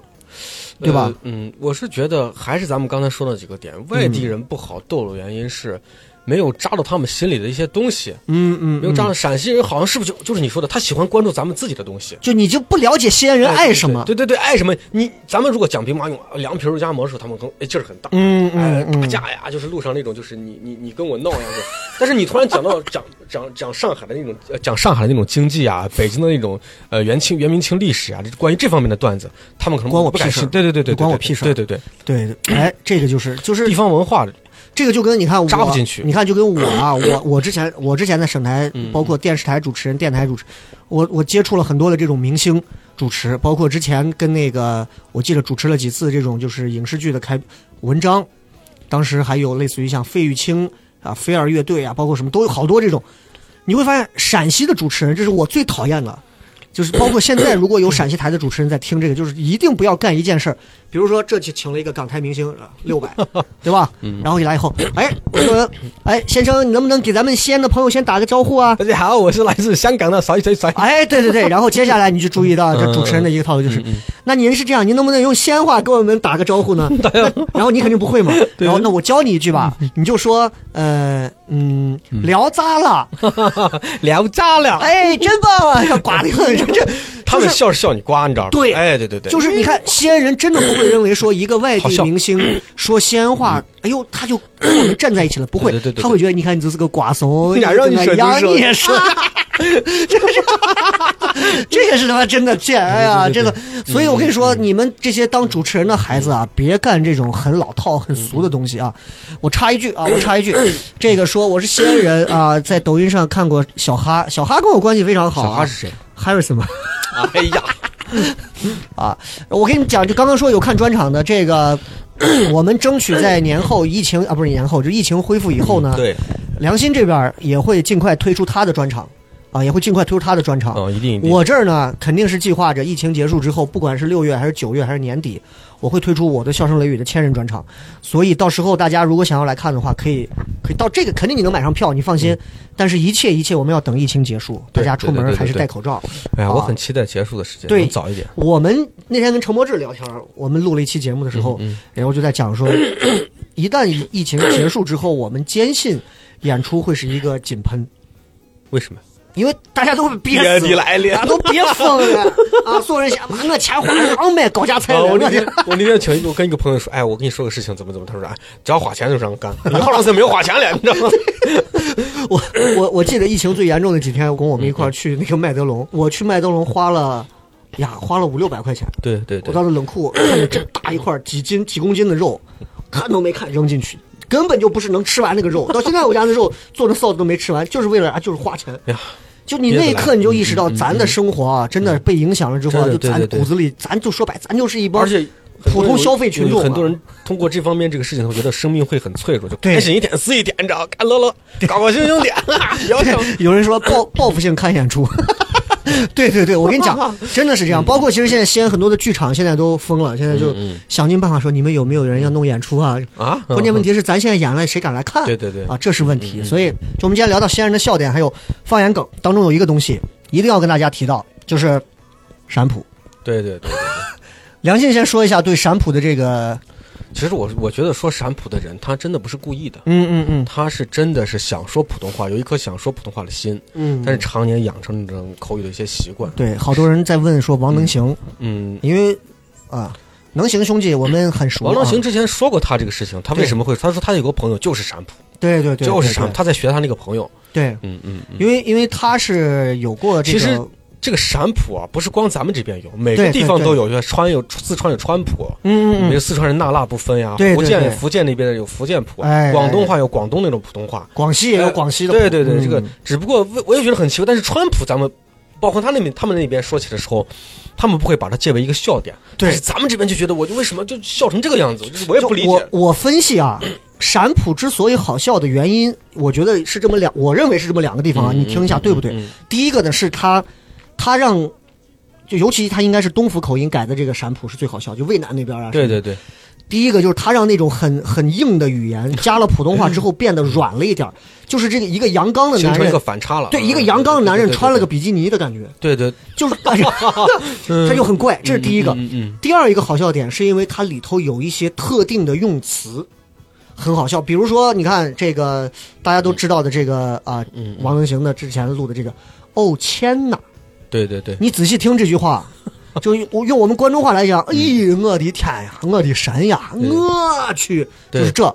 Speaker 3: 对吧
Speaker 4: 呃嗯，我是觉得还是咱们刚才说的几个点，外
Speaker 3: 嗯
Speaker 4: 地人不好逗的原因是没有扎到他们心里的一些东西，
Speaker 3: 嗯嗯
Speaker 4: 没有扎到陕西人好像是不是就就是你说的，他喜欢关注咱们自己的东西，
Speaker 3: 就你就不了解西安人
Speaker 4: 哎
Speaker 3: 爱什么。
Speaker 4: 对对对，对爱什么？你咱们如果讲兵马俑、呃凉皮儿肉夹馍的时候，他们更哎劲儿很大。
Speaker 3: 嗯
Speaker 4: 哎
Speaker 3: 嗯，嗯
Speaker 4: 打架呀，就是路上那种，就是你你你跟我闹呀，就但是你突然讲到讲讲讲上海的那种，呃讲上海的那种经济啊，北京的那种呃元清元明清历史啊，这关于这方面的段子，他们可能
Speaker 3: 关我
Speaker 4: 不感
Speaker 3: 屁事儿
Speaker 4: 兴对对对对，对
Speaker 3: 关我
Speaker 4: 对
Speaker 3: 屁事儿
Speaker 4: 对对对，
Speaker 3: 对，对哎，这个就是就是
Speaker 4: 地方文化 的，
Speaker 3: 这个就跟你看我
Speaker 4: 扎不进去嗯
Speaker 3: 你看就跟我啊，我我之前我之前在省台，包括电视台主持人、电台主持，我我接触了很多的这种明星主持，包括之前跟那个我记得主持了几次这种就是影视剧的开文章，当时还有类似于像费玉清啊、飞儿乐队啊，包括什么都有好多这种。你会发现陕西的主持人，这是我最讨厌的，就是包括现在如果有陕西台的主持人在听这个，就是一定不要干一件事儿，比如说这期请了一个港台明星啊六百，对吧？然后一来以后，哎，我说，哎，先生，你能不能给咱们西安的朋友先打个招呼啊？
Speaker 4: 大家好，我是来自香港的谁谁谁。
Speaker 3: 哎，对对对，然后接下来你就注意到这主持人的一个套路就是，那您是这样，您能不能用西安话跟我们打个招呼呢？那然后你肯定不会嘛，然后那我教你一句吧，你就说，呃，嗯，聊渣了，
Speaker 4: 聊渣了。
Speaker 3: 哎，真棒啊，刮的这这，
Speaker 4: 他们
Speaker 3: 就是
Speaker 4: 笑是笑你瓜，你知道吗？
Speaker 3: 对
Speaker 4: 哎，对对对，
Speaker 3: 就是你看，西安人真的不会认为说一个外
Speaker 4: 好
Speaker 3: 地
Speaker 4: 笑嗯
Speaker 3: 明 星说西安话，哎呦，他就跟我们站在一起了，不会
Speaker 4: 对对对，对
Speaker 3: 他会觉得你看你就是个瓜怂，
Speaker 4: 哪 让你
Speaker 3: 对
Speaker 4: 甩
Speaker 3: 吧养
Speaker 4: 毒蛇
Speaker 3: 你也是， 这是，这也是他妈真的贱，哎呀，真的，所以我跟你
Speaker 4: 嗯
Speaker 3: 说，你们这些当主持人的孩子啊，别干这种很老套、很俗的东西啊。我插一句啊，我插 一句，这个说我是西安人啊，在抖音上看过小哈，小哈跟我关系非常好啊，
Speaker 4: 小哈是谁
Speaker 3: ？Harrison 吗？
Speaker 4: 哎 呀，
Speaker 3: 啊，我跟你讲，就刚刚说有看专场的这个，我们争取在年后疫情啊，不是年后，就疫情恢复以后呢，
Speaker 4: 嗯对，
Speaker 3: 良心这边儿也会尽快推出他的专场，啊，也会尽快推出他的专场。
Speaker 4: 嗯，一定一定。
Speaker 3: 我这儿呢，肯定是计划着疫情结束之后，不管是六月还是九月还是年底，我会推出我的《笑声雷雨》的千人专场。所以到时候大家如果想要来看的话，可以可以到这个肯定你能买上票，你放心。但是一切一切，我们要等疫情结束，大
Speaker 4: 嗯对
Speaker 3: 家
Speaker 4: 对
Speaker 3: 出门
Speaker 4: 对对
Speaker 3: 还是
Speaker 4: 对
Speaker 3: 戴口罩。
Speaker 4: 哎呀，
Speaker 3: 啊
Speaker 4: 我很期待结束的时间，
Speaker 3: 对
Speaker 4: 能早一点。
Speaker 3: 我们那天跟陈柏志聊天儿，我们录了一期节目的时候，
Speaker 4: 嗯
Speaker 3: 然后就在 讲说，一旦疫情结束之后，我们坚信演出会是一个井喷，
Speaker 4: 为什么？
Speaker 3: 因为大家都被憋死了，
Speaker 4: 来了
Speaker 3: 大家都憋疯 了啊！所有人想，妈我钱花了，昂买高价菜
Speaker 4: 啊！
Speaker 3: 了，
Speaker 4: 我
Speaker 3: 我
Speaker 4: 那天
Speaker 3: 天
Speaker 4: 我那天请我跟一个朋友说，哎，我跟你说个事情，怎么怎么？他说，哎，只要花钱就让 干。你浩老师没有花钱了，你知道吗？
Speaker 3: 我我我记得疫情最严重的几天，我跟我们一块儿去那个麦德龙，我去麦德龙花了呀，花了五六百块钱，
Speaker 4: 对对
Speaker 3: 我
Speaker 4: 对，
Speaker 3: 到那冷 库看着这大一块儿几斤几公斤的肉，看都没看扔进去，根本就不是能吃完那个肉。 到现在我家那肉做成臊子都没吃完，就是为了啊，就是花 钱。
Speaker 4: 哎呀，
Speaker 3: 就你那一刻你就意识
Speaker 4: 嗯
Speaker 3: 到，咱的生活啊，真的被影响了之后啊，
Speaker 4: 真
Speaker 3: 就
Speaker 4: 的对
Speaker 3: 咱
Speaker 4: 对对
Speaker 3: 骨子里，咱就说白，咱就是一帮
Speaker 4: 而且
Speaker 3: 普通消费群众啊
Speaker 4: 很多人通过这方面这个事情，我觉得生命会很脆弱，就
Speaker 3: 对
Speaker 4: 开心一点是一点，你知道吗？干乐乐，高高兴兴 点，要想
Speaker 3: 有人说报报复性看演出。 对对对，我跟你 讲，真的是
Speaker 4: 嗯
Speaker 3: 这样。包括其实现在西安很多的剧场现在都封了，现在就想尽办法说你们有没有人要弄演出啊？
Speaker 4: 啊
Speaker 3: 关键问题是咱现在演了，谁敢来看？
Speaker 4: 对对对嗯
Speaker 3: 啊，这是问题。所以，就我们今天聊到西安人的笑点，还有方言梗当中有一个东西一定要跟大家提到，就是陕普。
Speaker 4: 对对对。
Speaker 3: 梁静先说一下对陕普的这个，
Speaker 4: 其实我我觉得说陕普的人，他真的不是故意的，
Speaker 3: 嗯嗯嗯，
Speaker 4: 他是真的是想说普通话，有一颗想说普通话的心，
Speaker 3: 嗯
Speaker 4: 但是常年养成这种口语的一些习惯，
Speaker 3: 对，好多人在问说王能行，
Speaker 4: 嗯。
Speaker 3: 因为啊，能行兄弟我们很熟、啊，
Speaker 4: 王long 行之前说过他这个事情，他为
Speaker 3: 对
Speaker 4: 什么会？他说他有个朋友就是陕普，
Speaker 3: 对对对，
Speaker 4: 就是
Speaker 3: 对
Speaker 4: 陕普，他在学他那个朋友。
Speaker 3: 对，
Speaker 4: 嗯嗯嗯。
Speaker 3: 因为因为他是有过这
Speaker 4: 其实
Speaker 3: 个，
Speaker 4: 这个陕普啊，不是光咱们这边有，每
Speaker 3: 对
Speaker 4: 个
Speaker 3: 对
Speaker 4: 地方
Speaker 3: 对
Speaker 4: 都有。像川有四川有川普，
Speaker 3: 嗯
Speaker 4: 没
Speaker 3: 嗯
Speaker 4: 有
Speaker 3: 嗯，
Speaker 4: 四川人那辣不分呀。
Speaker 3: 对对
Speaker 4: 福建
Speaker 3: 对
Speaker 4: 福建那边有福建普，啊
Speaker 3: 哎
Speaker 4: 广东话有广东那种普通话。
Speaker 3: 广西也有广西的普，
Speaker 4: 对对对，
Speaker 3: 嗯
Speaker 4: 这个只不过我我也觉得很奇怪，但是川普咱们，包括他那边他们那边说起的时候，他们不会把它界为一个笑点，
Speaker 3: 对
Speaker 4: 但是咱们这边就觉得我就为什么就笑成这个样子，就是我也
Speaker 3: 就
Speaker 4: 哎不理
Speaker 3: 我
Speaker 4: 解。
Speaker 3: 我分析 啊，陕普之所以好笑的原因，我觉得是这么两，我认为是这么两个地方啊，
Speaker 4: 嗯
Speaker 3: 你听一下对不对？第一个呢是他，他让，就尤其他应该是东府口音改的这个陕普是最好笑，就渭南那边啊。
Speaker 4: 对对对，
Speaker 3: 第一个就是他让那种很很硬的语 言加了普通话之后变得软了一点儿，就是这个一个阳刚的
Speaker 4: 嗯形
Speaker 3: 男
Speaker 4: 成一
Speaker 3: 人
Speaker 4: 个。反差了。
Speaker 3: 对，
Speaker 4: 嗯
Speaker 3: 一个阳刚的男人穿了个，比基尼的感觉，
Speaker 4: 对对对
Speaker 3: 就是 感觉他就很怪，这是第一个。
Speaker 4: 嗯嗯嗯
Speaker 3: 第二一个好笑点是因为它里头有一些特定的用词。很好笑，比如说，你看这个大家都知道的这个啊、王能行的之前录的这个，哦天哪！
Speaker 4: 对对对对，
Speaker 3: 你仔细听这句话，就我用我们关中话来讲，哎，我的天呀，我的神呀，
Speaker 4: 对
Speaker 3: 我去，
Speaker 4: 对
Speaker 3: 就是这，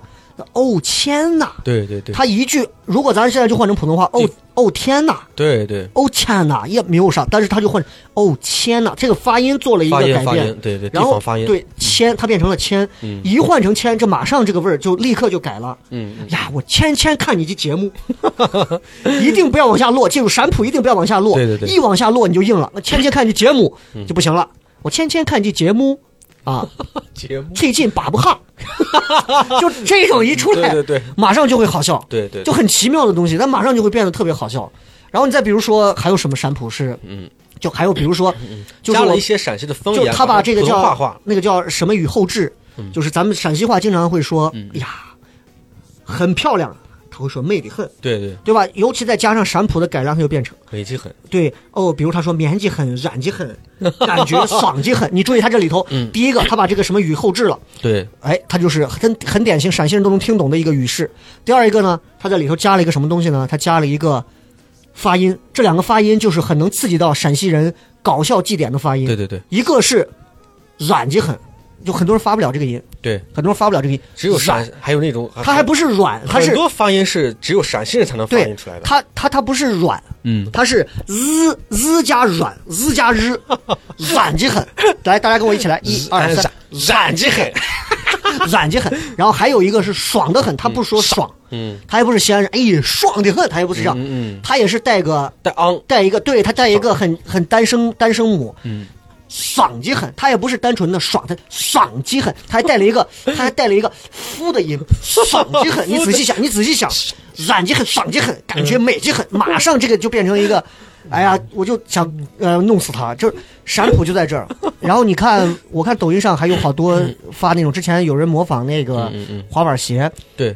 Speaker 3: 哦天哪！
Speaker 4: 对对对，
Speaker 3: 他一句，如果咱现在就换成普通话，哦
Speaker 4: 对
Speaker 3: 哦天哪，
Speaker 4: 对对
Speaker 3: 哦天哪也没有啥，但是他就换成哦天哪，这个发音做了一个
Speaker 4: 发音
Speaker 3: 改
Speaker 4: 发
Speaker 3: 变
Speaker 4: 音，，对对，地
Speaker 3: 然后
Speaker 4: 方发音，嗯
Speaker 3: 对铅，它变成了铅，一换成铅，这马上这个味儿就立刻就改了。
Speaker 4: 嗯，嗯
Speaker 3: 呀，我天天看你这节目， 一定不要往下落，进入陕普一定不要往下落，
Speaker 4: 对对对嗯
Speaker 3: 一往下落你就硬了。那天天看你节目就不行了，我天天看你节目啊，
Speaker 4: 节目
Speaker 3: 最近粑粑哈， 就这种一出来，
Speaker 4: 对对对
Speaker 3: 马上就会好笑，
Speaker 4: 对对，
Speaker 3: 就很奇妙的东西，但马上就会变得特别好笑。然后你再比如说，还有什么山普是，
Speaker 4: 嗯，
Speaker 3: 就还有比如说，就是
Speaker 4: 加
Speaker 3: 我
Speaker 4: 了一些陕西的方
Speaker 3: 就
Speaker 4: 言，
Speaker 3: 他把这个
Speaker 4: 普
Speaker 3: 叫
Speaker 4: 通话化，
Speaker 3: 那个叫什么雨后至，
Speaker 4: 嗯
Speaker 3: 就是咱们陕西话经常会说，哎呀，很漂亮，啊他会说美得很，
Speaker 4: 对对，
Speaker 3: 对吧？尤其再加上陕普的改良，他就变成
Speaker 4: 美极很，
Speaker 3: 对哦，比如他说绵积很、软积 很，感觉爽积很。你注意他这里头，
Speaker 4: 嗯
Speaker 3: 第一个他把这个什么雨后置了，
Speaker 4: 对
Speaker 3: 哎，他就是很很典型陕西人都能听懂的一个语式。第二一个呢，他在里头加了一个什么东西呢？他加了一个发音，这两个发音就是很能刺激到陕西人搞笑祭点的发音。
Speaker 4: 对对对
Speaker 3: 一个是软积很，就很多人发不了这个音，
Speaker 4: 对，
Speaker 3: 很多人发不了这个音，
Speaker 4: 只有
Speaker 3: 软
Speaker 4: 陕，，还有那种
Speaker 3: 他还不是软，他
Speaker 4: 很
Speaker 3: 是
Speaker 4: 多发音是只有陕西人才能发
Speaker 3: 对
Speaker 4: 音出来，的，
Speaker 3: 他他他不是软，
Speaker 4: 嗯，
Speaker 3: 它是 z z 加软，z 加日，软极很。来，大家跟我一起来，一
Speaker 4: 哎
Speaker 3: 二 三，
Speaker 4: 染极 很，
Speaker 3: 软极很。然后还有一个是爽的很，他不说爽，
Speaker 4: 嗯，
Speaker 3: 他也不是西安人，哎呀，爽的很，他也不是这样，
Speaker 4: 嗯嗯
Speaker 3: 他也是带个
Speaker 4: 带昂，
Speaker 3: 带一个，对他带一个很很单声单声母，
Speaker 4: 嗯，
Speaker 3: 爽极很，他也不是单纯的爽，他爽极很，他还带了一 个，他还带了一个夫的音，爽极很。你仔细想，你仔细想，软极很，爽极很，感觉美极很，
Speaker 4: 嗯
Speaker 3: 马上这个就变成一个，哎呀，我就想呃弄死他，就是闪谱就在 这儿。然后你看，我看抖音上还有好多发那种，之前有人模仿那个
Speaker 4: 嗯嗯
Speaker 3: 滑板鞋，
Speaker 4: 对，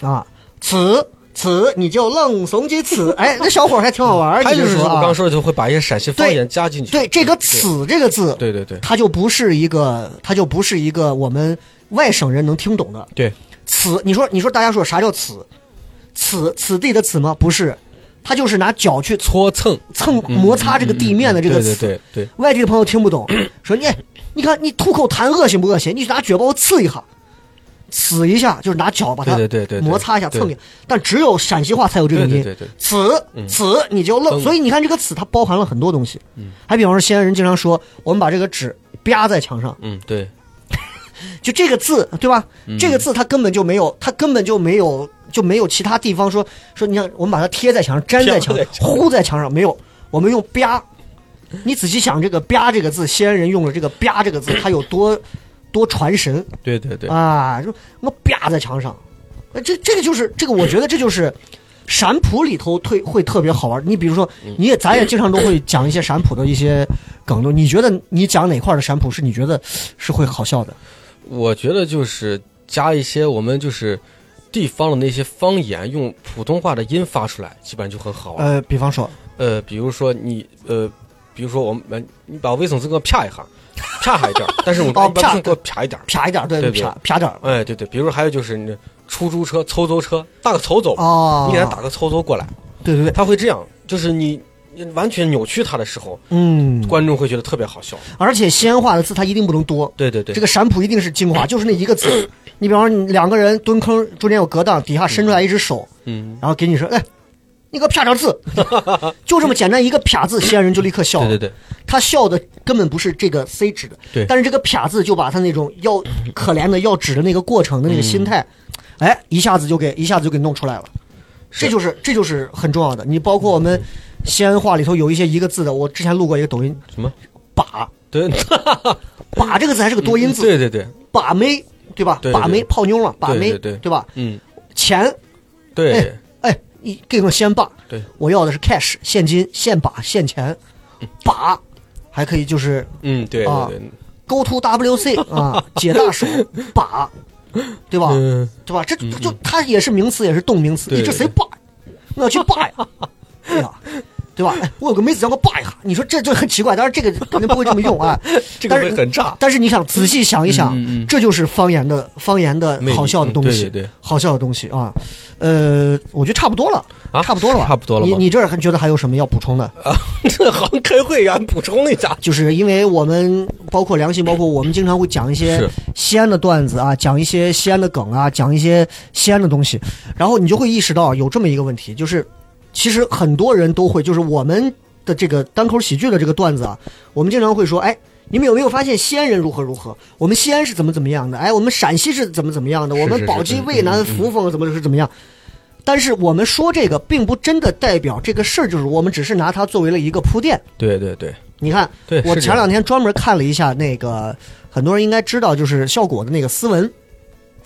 Speaker 3: 啊，此此你就愣怂鸡此，哎，那小伙儿还挺好玩儿，
Speaker 4: 他
Speaker 3: 你
Speaker 4: 就是
Speaker 3: 说
Speaker 4: 我
Speaker 3: 啊
Speaker 4: 刚刚，说的，就会把一些陕西方言加进去，
Speaker 3: 对这个“此”这个字，
Speaker 4: 对对对
Speaker 3: 它就不是一个，它就不是一个我们外省人能听懂的
Speaker 4: 对，
Speaker 3: “此”。你说，你说大家说啥叫“此”？此此地的“此”吗？不是，它就是拿脚去
Speaker 4: 搓蹭，
Speaker 3: 蹭摩擦这个地面的这个
Speaker 4: 嗯对
Speaker 3: 词。
Speaker 4: 对对对，
Speaker 3: 外地的朋友听不懂，说你你看你吐口痰恶心不恶心？你拿脚把我刺一下，刺一下就是拿脚把它
Speaker 4: 对对对对对
Speaker 3: 摩擦一下
Speaker 4: 对
Speaker 3: 蹭一下。但只有陕西话才有这种
Speaker 4: 对
Speaker 3: 音
Speaker 4: 对对对，
Speaker 3: 此此你就愣。
Speaker 4: 嗯
Speaker 3: 所以你看这个此它包含了很多东西，还比方说西安人经常说我们把这个纸啪在墙上，
Speaker 4: 嗯对，
Speaker 3: 就这个字对吧？
Speaker 4: 嗯
Speaker 3: 这个字它根本就没有，它根本就没有就没有其他地方说说你看我们把它贴在墙上、粘在墙上
Speaker 4: 贴在、墙上
Speaker 3: 糊在墙上没有，我们用啪。你仔细想这个“啪”这个字，西安人用了这个“啪”这 个字，它有多多传神
Speaker 4: 对对对，
Speaker 3: 啊！就我啪在墙上，呃这这个就是这个，我觉得这就是陕普里头特会特别好玩。你比如说，
Speaker 4: 嗯
Speaker 3: 你也咱也经常都会讲一些陕普的一些梗的。你觉得你讲哪块的陕普是你觉得是会好笑的？
Speaker 4: 我觉得就是加一些我们就是地方的那些方言，用普通话的音发出来，基本上就很好玩。
Speaker 3: 呃，比方说，
Speaker 4: 呃，比如说你呃，比如说我们呃你把卫生纸给我啪一下，啪下一点儿，但是我们
Speaker 3: 哦
Speaker 4: 一般不
Speaker 3: 啪
Speaker 4: 是给我啪一点儿。
Speaker 3: 啪一点儿，对
Speaker 4: 对对
Speaker 3: 啪啪点儿
Speaker 4: 哎，对对，比如说还有就是你出租车、出租车打个抽走，
Speaker 3: 哦，
Speaker 4: 你给他打个抽走过来，
Speaker 3: 对对对，
Speaker 4: 他会这样，就是你你完全扭曲他的时候，
Speaker 3: 嗯，
Speaker 4: 观众会觉得特别好笑。
Speaker 3: 而且西安话的字它一定不能多，
Speaker 4: 对对对，
Speaker 3: 这个闪谱一定是精华，就是那一个字。你比方说，你两个人蹲坑，中间有隔挡，底下伸出来一只手，
Speaker 4: 嗯，
Speaker 3: 然后给你说，哎，你给我啪张字， 就这么简单一个啪字，西安人就立刻笑
Speaker 4: 对
Speaker 3: 了。
Speaker 4: 对对，
Speaker 3: 他笑的根本不是这个 C 指的，
Speaker 4: 对
Speaker 3: 但是这个啪字就把他那种要 可怜的要指的那个过程的那个心态，
Speaker 4: 嗯
Speaker 3: 哎，一下子就给一下子就给弄出来了。这就是这就是很重要的。你包括我们西安话里头有一些一个字的，我之前录过一个抖音，
Speaker 4: 什么？
Speaker 3: 把
Speaker 4: 对，
Speaker 3: 把这个字还是个多音字，
Speaker 4: 对对对，
Speaker 3: 把妹，对吧？
Speaker 4: 嗯对对对
Speaker 3: 把妹泡妞嘛，把妹，
Speaker 4: 对对对
Speaker 3: 吧？
Speaker 4: 嗯，
Speaker 3: 钱，哎
Speaker 4: 对，
Speaker 3: 哎，你给我先把，
Speaker 4: 对
Speaker 3: 我要的是 cash 现金、现把、现钱，把，还可以就是
Speaker 4: 嗯，对
Speaker 3: 啊
Speaker 4: 对对，
Speaker 3: go to WC 啊，解大手把，对吧？
Speaker 4: 嗯，
Speaker 3: 对吧？这就它也是名词，也是动名词。
Speaker 4: 对
Speaker 3: 你这谁霸？我要去霸呀！哎呀，对吧？哎，我有个妹子让我霸一下，你说这就很奇怪。当然，这个肯定不会这么用啊。
Speaker 4: 这个
Speaker 3: 但
Speaker 4: 会
Speaker 3: 是
Speaker 4: 很炸。
Speaker 3: 但是你想仔细想一想，
Speaker 4: 嗯嗯嗯
Speaker 3: 这就是方言的方言的
Speaker 4: 魅力
Speaker 3: 好笑的东西，
Speaker 4: 嗯对对对
Speaker 3: 好笑的东西啊。呃，我觉得差不多了，
Speaker 4: 啊
Speaker 3: 差不多了吧，
Speaker 4: 差不多了
Speaker 3: 你
Speaker 4: 吧
Speaker 3: 你这儿还觉得还有什么要补充的？
Speaker 4: 啊， 这好像开会员补充了一下。
Speaker 3: 就是因为我们包括良心，包括我们经常会讲一些
Speaker 4: 是
Speaker 3: 西安的段子啊，讲一些西安的梗啊，讲一些西安的东西，然后你就会意识到有这么一个问题，就是其实很多人都会，就是我们的这个单口喜剧的这个段子啊，我们经常会说，哎。你们有没有发现西安人如何如何？我们西安是怎么怎么样的？哎，我们陕西是怎么怎么样的？我
Speaker 4: 是
Speaker 3: 们
Speaker 4: 是
Speaker 3: 宝鸡、
Speaker 4: 嗯
Speaker 3: 渭南、
Speaker 4: 嗯
Speaker 3: 扶风怎么是怎么样？但是我们说这个，并不真的代表这个事儿，就是我们只是拿它作为了一个铺垫。
Speaker 4: 对对对，
Speaker 3: 你看，
Speaker 4: 对
Speaker 3: 我
Speaker 4: 是这
Speaker 3: 前
Speaker 4: 样
Speaker 3: 两天专门看了一下那个，很多人应该知道，就是效果的那个斯文，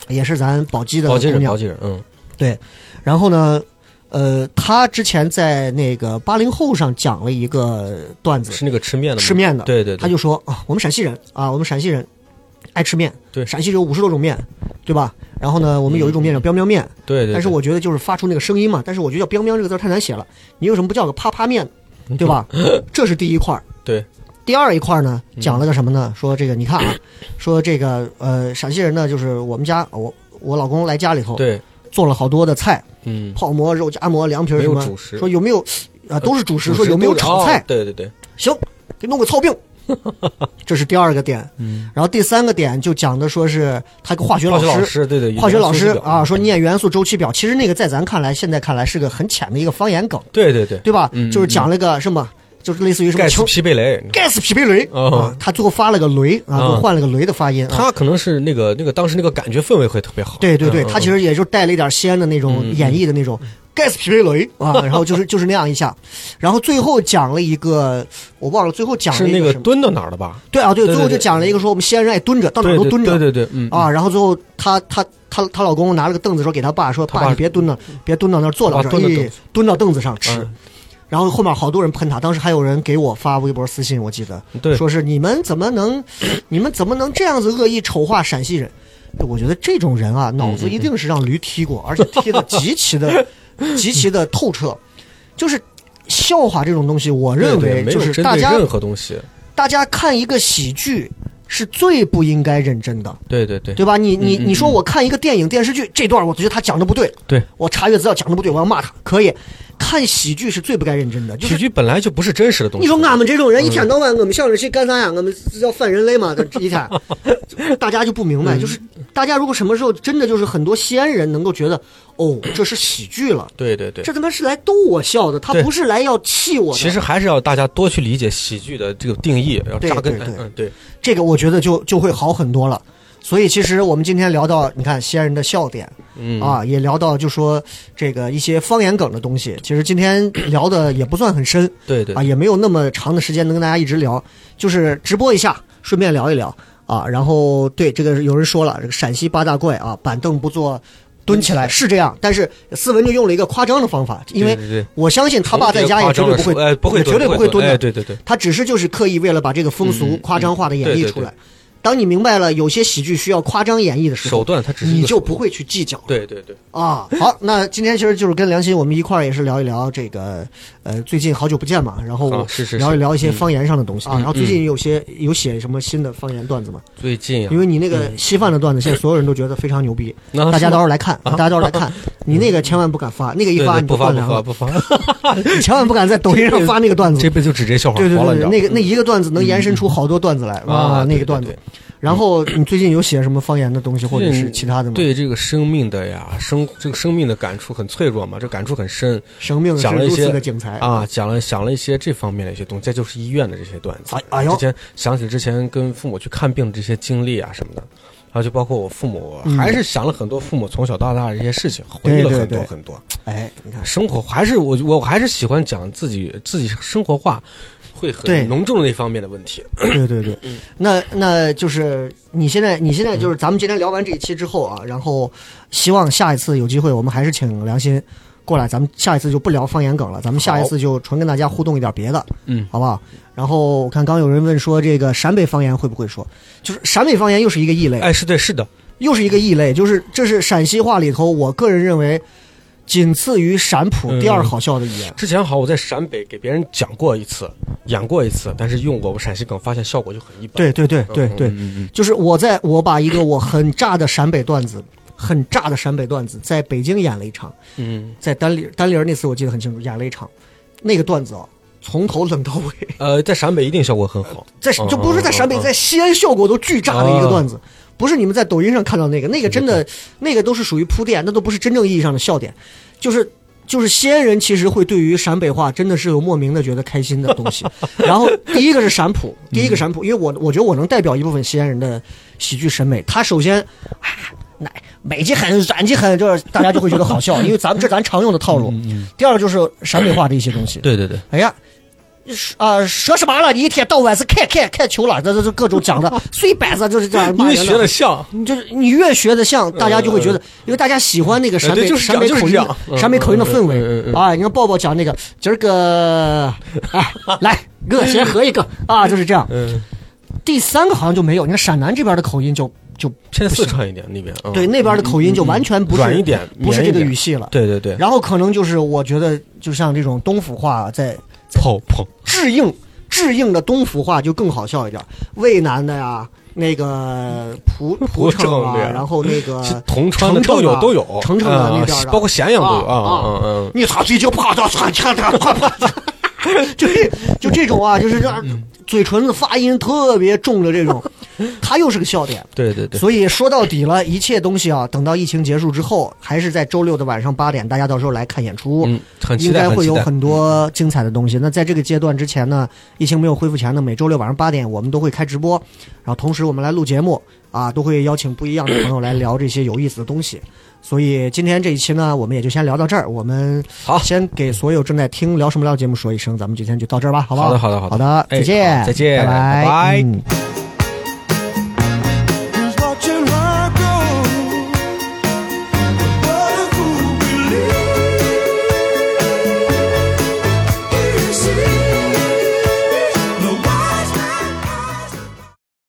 Speaker 3: 也是咱宝鸡的
Speaker 4: 宝鸡
Speaker 3: 姑
Speaker 4: 人，
Speaker 3: 娘
Speaker 4: 宝。鸡人，嗯，
Speaker 3: 然后呢，呃，她之前在那个八零后上讲了一个段子，
Speaker 4: 是那个吃面的吗？
Speaker 3: 吃面的，
Speaker 4: 对对对，
Speaker 3: 他就说啊，我们陕西人啊，我们陕西人爱吃面，
Speaker 4: 对嗯
Speaker 3: 陕西有五十多种面，对吧？然后呢，我们有一种面叫彪彪面，
Speaker 4: 对对对，
Speaker 3: 但是我觉得就是发出那个声音嘛，但是我觉得“彪彪”这个字儿太难写了，你为什么不叫个啪啪 面，对吧？这是第一块儿。
Speaker 4: 对，
Speaker 3: 第二一块儿呢，
Speaker 4: 嗯
Speaker 3: 讲了个什么呢？说这个你看 啊，说这个呃，陕西人呢，就是我们家我我老公来家里头
Speaker 4: 对，
Speaker 3: 做了好多的菜，
Speaker 4: 嗯，
Speaker 3: 泡馍、肉夹馍、凉皮儿
Speaker 4: 没
Speaker 3: 什
Speaker 4: 有
Speaker 3: 么
Speaker 4: 主，食呃
Speaker 3: 说有没有啊？都是主食，
Speaker 4: 主
Speaker 3: 说有没有
Speaker 4: 都是
Speaker 3: 炒
Speaker 4: 哦
Speaker 3: 菜？
Speaker 4: 对对对，
Speaker 3: 行，给弄个操 病。这是第二个点，
Speaker 4: 嗯，
Speaker 3: 然后第三个点就讲的说是他一个化学
Speaker 4: 化学
Speaker 3: 师，
Speaker 4: 师，对对，
Speaker 3: 化学
Speaker 4: 元
Speaker 3: 老
Speaker 4: 素
Speaker 3: 师
Speaker 4: 之表
Speaker 3: 啊，说念元素周期表，其实那个在咱看来，现在看来是个很浅的一个方言梗，
Speaker 4: 对对对，
Speaker 3: 对吧？
Speaker 4: 嗯
Speaker 3: 就是讲了个什么，就是类似于什么
Speaker 4: 盖茨
Speaker 3: 球
Speaker 4: 皮贝雷，
Speaker 3: 盖茨匹贝雷、
Speaker 4: 哦
Speaker 3: 啊，他最后发了个雷啊，
Speaker 4: 嗯
Speaker 3: 就换了个雷的发音啊。
Speaker 4: 他可能是那个那个当时那个感觉氛围会特别好，
Speaker 3: 对对对，
Speaker 4: 嗯
Speaker 3: 他其实也就带了一点西安的那种演绎的那种盖茨匹贝雷啊， 然后就是就是那样一下，然后最后讲了一个我忘了，最后讲
Speaker 4: 是
Speaker 3: 了一
Speaker 4: 那个
Speaker 3: 什么？
Speaker 4: 蹲到哪儿了吧？
Speaker 3: 对啊，对，
Speaker 4: 对对
Speaker 3: 最后就
Speaker 4: 对
Speaker 3: 讲了一个说我们西安人爱蹲着，到哪
Speaker 4: 对
Speaker 3: 儿都
Speaker 4: 对
Speaker 3: 蹲着
Speaker 4: 对。对对，嗯，
Speaker 3: 啊，然后最后她她她她老公拿了个凳子说给她爸说：“
Speaker 4: 她
Speaker 3: 爸，
Speaker 4: 爸
Speaker 3: 你别蹲了，别蹲到那儿，坐到
Speaker 4: 爸
Speaker 3: 这儿，
Speaker 4: 蹲到
Speaker 3: 哎
Speaker 4: 凳子
Speaker 3: 蹲到凳子上吃。
Speaker 4: 嗯
Speaker 3: 然后后面好多人喷她，当时还有人给我发微博私信，我记得
Speaker 4: 对，
Speaker 3: 说是你们怎么能， 你们怎么能这样子恶意丑化陕西人？我觉得这种人
Speaker 4: 嗯
Speaker 3: 啊，脑子一定是让驴踢过，而且踢得极其 的、极其的透彻。就是笑话这种东西，我认
Speaker 4: 对对
Speaker 3: 为
Speaker 4: 没有
Speaker 3: 就是
Speaker 4: 针
Speaker 3: 大
Speaker 4: 对
Speaker 3: 家
Speaker 4: 任何东西，
Speaker 3: 大家看一个喜剧是最不应该认真的。
Speaker 4: 对对对
Speaker 3: 对吧？你你
Speaker 4: 嗯嗯
Speaker 3: 你说我看一个电影电视剧这段，我觉得他讲的不对，
Speaker 4: 对，
Speaker 3: 我查阅资料讲的不对，我要骂他。可以，看喜剧是最不该认真的，就
Speaker 4: 喜
Speaker 3: 是。
Speaker 4: 剧本来就不是真实的东西。
Speaker 3: 你说俺们这种人一
Speaker 4: 嗯
Speaker 3: 天到晚，我们想着去干啥呀？我们是要反人类嘛？这一天，大家就不明白，
Speaker 4: 嗯
Speaker 3: 就是大家如果什么时候真的就是很多西安人能够觉得，哦，这是喜剧了，
Speaker 4: 对对对
Speaker 3: 这，他妈是来逗我笑的，他
Speaker 4: 对
Speaker 3: 不是来要气我的。
Speaker 4: 其实还是要大家多去理解喜剧的这个定义，要扎根。
Speaker 3: 对对对
Speaker 4: 嗯，对，
Speaker 3: 这个我觉得就就会好很多了。所以其实我们今天聊到，你看西安人的笑点，
Speaker 4: 嗯
Speaker 3: 啊，也聊到就说这个一些方言梗的东西。其实今天聊的也不算很深
Speaker 4: 对对
Speaker 3: 啊，，也没有那么长的时间能跟大家一直聊，就是直播一下，顺便聊一聊啊。然后对这个有人说了，这个陕西八大怪啊，板凳不坐。蹲起来是这样，但是思文就用了一个夸张的方法，因为
Speaker 4: 对对对
Speaker 3: 我相信他爸在家也绝对不
Speaker 4: 夸张的说哎，
Speaker 3: 会，
Speaker 4: 不会
Speaker 3: 也
Speaker 4: 蹲，
Speaker 3: 绝对
Speaker 4: 不
Speaker 3: 会蹲
Speaker 4: 哎，
Speaker 3: 的，
Speaker 4: 对对对，
Speaker 3: 他只是就是刻意为了把这个风
Speaker 4: 嗯
Speaker 3: 俗
Speaker 4: 嗯
Speaker 3: 夸张化的演
Speaker 4: 对
Speaker 3: 绎
Speaker 4: 对
Speaker 3: 出
Speaker 4: 对
Speaker 3: 来。当你明白了有些喜剧需要夸张演绎的时
Speaker 4: 手
Speaker 3: 候，
Speaker 4: 段它只是一
Speaker 3: 你
Speaker 4: 个
Speaker 3: 就
Speaker 4: 手段
Speaker 3: 不会去计较了。
Speaker 4: 对对对，
Speaker 3: 啊，好，那今天其实就是跟梁鑫我们一块儿也是聊一聊这个，呃，最近好久不见嘛，然后
Speaker 4: 啊
Speaker 3: 我
Speaker 4: 是是是
Speaker 3: 聊一聊一些方言上的东西啊，
Speaker 4: 嗯
Speaker 3: 然后最近有些有写什么新的方言段子吗？
Speaker 4: 最近啊
Speaker 3: 因，为你那个稀饭的段 子，现在所有人都觉得非常牛逼，
Speaker 4: 那
Speaker 3: 大家到时
Speaker 4: 是吗啊
Speaker 3: 候来看，大家到时候来 看，你那个千万不敢发，那个一
Speaker 4: 对
Speaker 3: 发
Speaker 4: 对
Speaker 3: 你
Speaker 4: 不
Speaker 3: 就
Speaker 4: 发
Speaker 3: 断粮
Speaker 4: 不发
Speaker 3: 了，
Speaker 4: 不发，
Speaker 3: 你千万不敢在抖音上发那个段子
Speaker 4: 这，辈子就指这笑话
Speaker 3: 对对
Speaker 4: 活了，
Speaker 3: 对对，
Speaker 4: 你知道
Speaker 3: 那个那一个段子能延伸出好多段子来
Speaker 4: 吗
Speaker 3: 哇，那
Speaker 4: 嗯啊对
Speaker 3: 个
Speaker 4: 对
Speaker 3: 段子
Speaker 4: 对。
Speaker 3: 然后你最近有写什么方言的东西，或者是其他的吗？，
Speaker 4: 对这个生命的呀，生这个生命的感触很脆弱嘛，这感触很深
Speaker 3: 生命是
Speaker 4: 讲了一
Speaker 3: 如此
Speaker 4: 些
Speaker 3: 的精彩
Speaker 4: 啊，讲了想了一些这方面的一些东西，这就是医院的这些段子
Speaker 3: 哎。哎呦
Speaker 4: 之前想起之前跟父母去看病的这些经历啊什么的，还有就包括我父母，
Speaker 3: 嗯
Speaker 4: 还是想了很多父母从小到大的一些事情，回
Speaker 3: 对
Speaker 4: 忆了
Speaker 3: 对
Speaker 4: 很多
Speaker 3: 对
Speaker 4: 很多。
Speaker 3: 哎，你看。
Speaker 4: 生活还是我我还是喜欢讲自己自己生活化，会
Speaker 3: 对
Speaker 4: 很浓重的那方面的问题。
Speaker 3: 对对对，嗯那那就是你现在，你现在就是咱们今天聊完这一期之后啊，然后希望下一次有机会，我们还是请良心过来，咱们下一次就不聊方言梗了，咱们下一次就纯跟大家互动一点别的，
Speaker 4: 嗯，
Speaker 3: 好不好？然后我看刚有人问说这个陕北方言会不会说，就是陕北方言又是一个异类，
Speaker 4: 哎，是对，是的，
Speaker 3: 又是一个异类，就是这是陕西话里头，我个人认为仅次于陕普第二好笑的语言。
Speaker 4: 之前好，我在陕北给别人讲过一次，演过一次，但是用我们陕西梗，发现效果就很一般。
Speaker 3: 对对对对
Speaker 4: 嗯
Speaker 3: 对，
Speaker 4: 嗯嗯
Speaker 3: 就是我在我把一个我很炸的陕北段子，很炸的陕北段子，在北京演了一场，
Speaker 4: 嗯，
Speaker 3: 在丹林丹林那次我记得很清楚，演了一场，那个段子啊，从头冷到尾，
Speaker 4: 呃，在陕北一定效果很好。
Speaker 3: 呃在
Speaker 4: 嗯
Speaker 3: 就不是在陕北，
Speaker 4: 嗯嗯啊
Speaker 3: 在西安效果都巨炸的一个段子。不是你们在抖音上看到那个，那个真的，那个都是属于铺垫，那都不是真正意义上的笑点，就是就是西安人其实会对于陕北话真的是有莫名的觉得开心的东西。然后第一个是陕普，第一
Speaker 4: 嗯
Speaker 3: 个陕普，因为我我觉得我能代表一部分西安人的喜剧审美。他首先啊奶美极很，软极很，就是大家就会觉得
Speaker 4: 嗯
Speaker 3: 好笑，因为咱们这咱常用的套路。第二个就是陕北话的一些东西，
Speaker 4: 对对对，
Speaker 3: 哎呀，啊说什么了？你一天到晚是看看看球了，这这这各种讲的碎板子，就是这样
Speaker 4: 因
Speaker 3: 骂
Speaker 4: 为
Speaker 3: 人
Speaker 4: 学的像，
Speaker 3: 你就是你越学的像，大家就会觉得，因为大家喜欢那个陕
Speaker 4: 哎
Speaker 3: 北、
Speaker 4: 对就是这
Speaker 3: 陕
Speaker 4: 样
Speaker 3: 北口
Speaker 4: 就是
Speaker 3: 音
Speaker 4: 这样、嗯
Speaker 3: 陕北口音的氛围、
Speaker 4: 嗯嗯嗯嗯
Speaker 3: 啊。你看抱抱讲那个，今儿个，哎，来哥先合一个啊，就是这样。
Speaker 4: 嗯，
Speaker 3: 第三个好像就没有，你看陕南这边的口音就就
Speaker 4: 偏四川一点那边，嗯
Speaker 3: 对那边的口音就完全不是
Speaker 4: 软一点
Speaker 3: 不是这
Speaker 4: 绵一
Speaker 3: 个
Speaker 4: 点
Speaker 3: 语系了。
Speaker 4: 对对对，
Speaker 3: 然后可能就是我觉得，就像这种东府话，在
Speaker 4: 跑跑，
Speaker 3: 致应致应的东府话就更好笑一点，渭南的呀，那个蒲蒲城
Speaker 4: 蒲城对
Speaker 3: 啊，
Speaker 4: 啊
Speaker 3: 然后那个
Speaker 4: 是同川的都有都有，
Speaker 3: 城城啊那边
Speaker 4: 啊
Speaker 3: 的，
Speaker 4: 包括咸阳都有
Speaker 3: 啊
Speaker 4: 啊，嗯嗯，
Speaker 3: 你他最近跑到川江的，啪啪啪 就就这种啊，就是这
Speaker 4: 嗯
Speaker 3: 嘴唇子发音特别重的这 种，它又是个笑点。
Speaker 4: 对对对，
Speaker 3: 所以说到底了，一切东西啊，等到疫情结束之后，还是在周六的晚上八点，大家到时候来看演出。
Speaker 4: 嗯，很期
Speaker 3: 应该
Speaker 4: 待，
Speaker 3: 会有
Speaker 4: 期待
Speaker 3: 很多精彩的东西。那在这个阶段之前呢，疫情没有恢复前呢，每周六晚上八点我们都会开直播，然后同时我们来录节目啊，都会邀请不一样的朋友来聊这些有意思的东西。所以今天这一期呢，我们也就先聊到这儿。我们
Speaker 4: 好
Speaker 3: 先给所有正在听聊什么聊节目说一声，咱们今天就到这儿吧，好不好？
Speaker 4: 好的好的好
Speaker 3: 好
Speaker 4: 的
Speaker 3: 的，
Speaker 4: 哎
Speaker 3: 再见，
Speaker 4: 好再见
Speaker 3: 拜
Speaker 4: 拜拜
Speaker 3: 嗯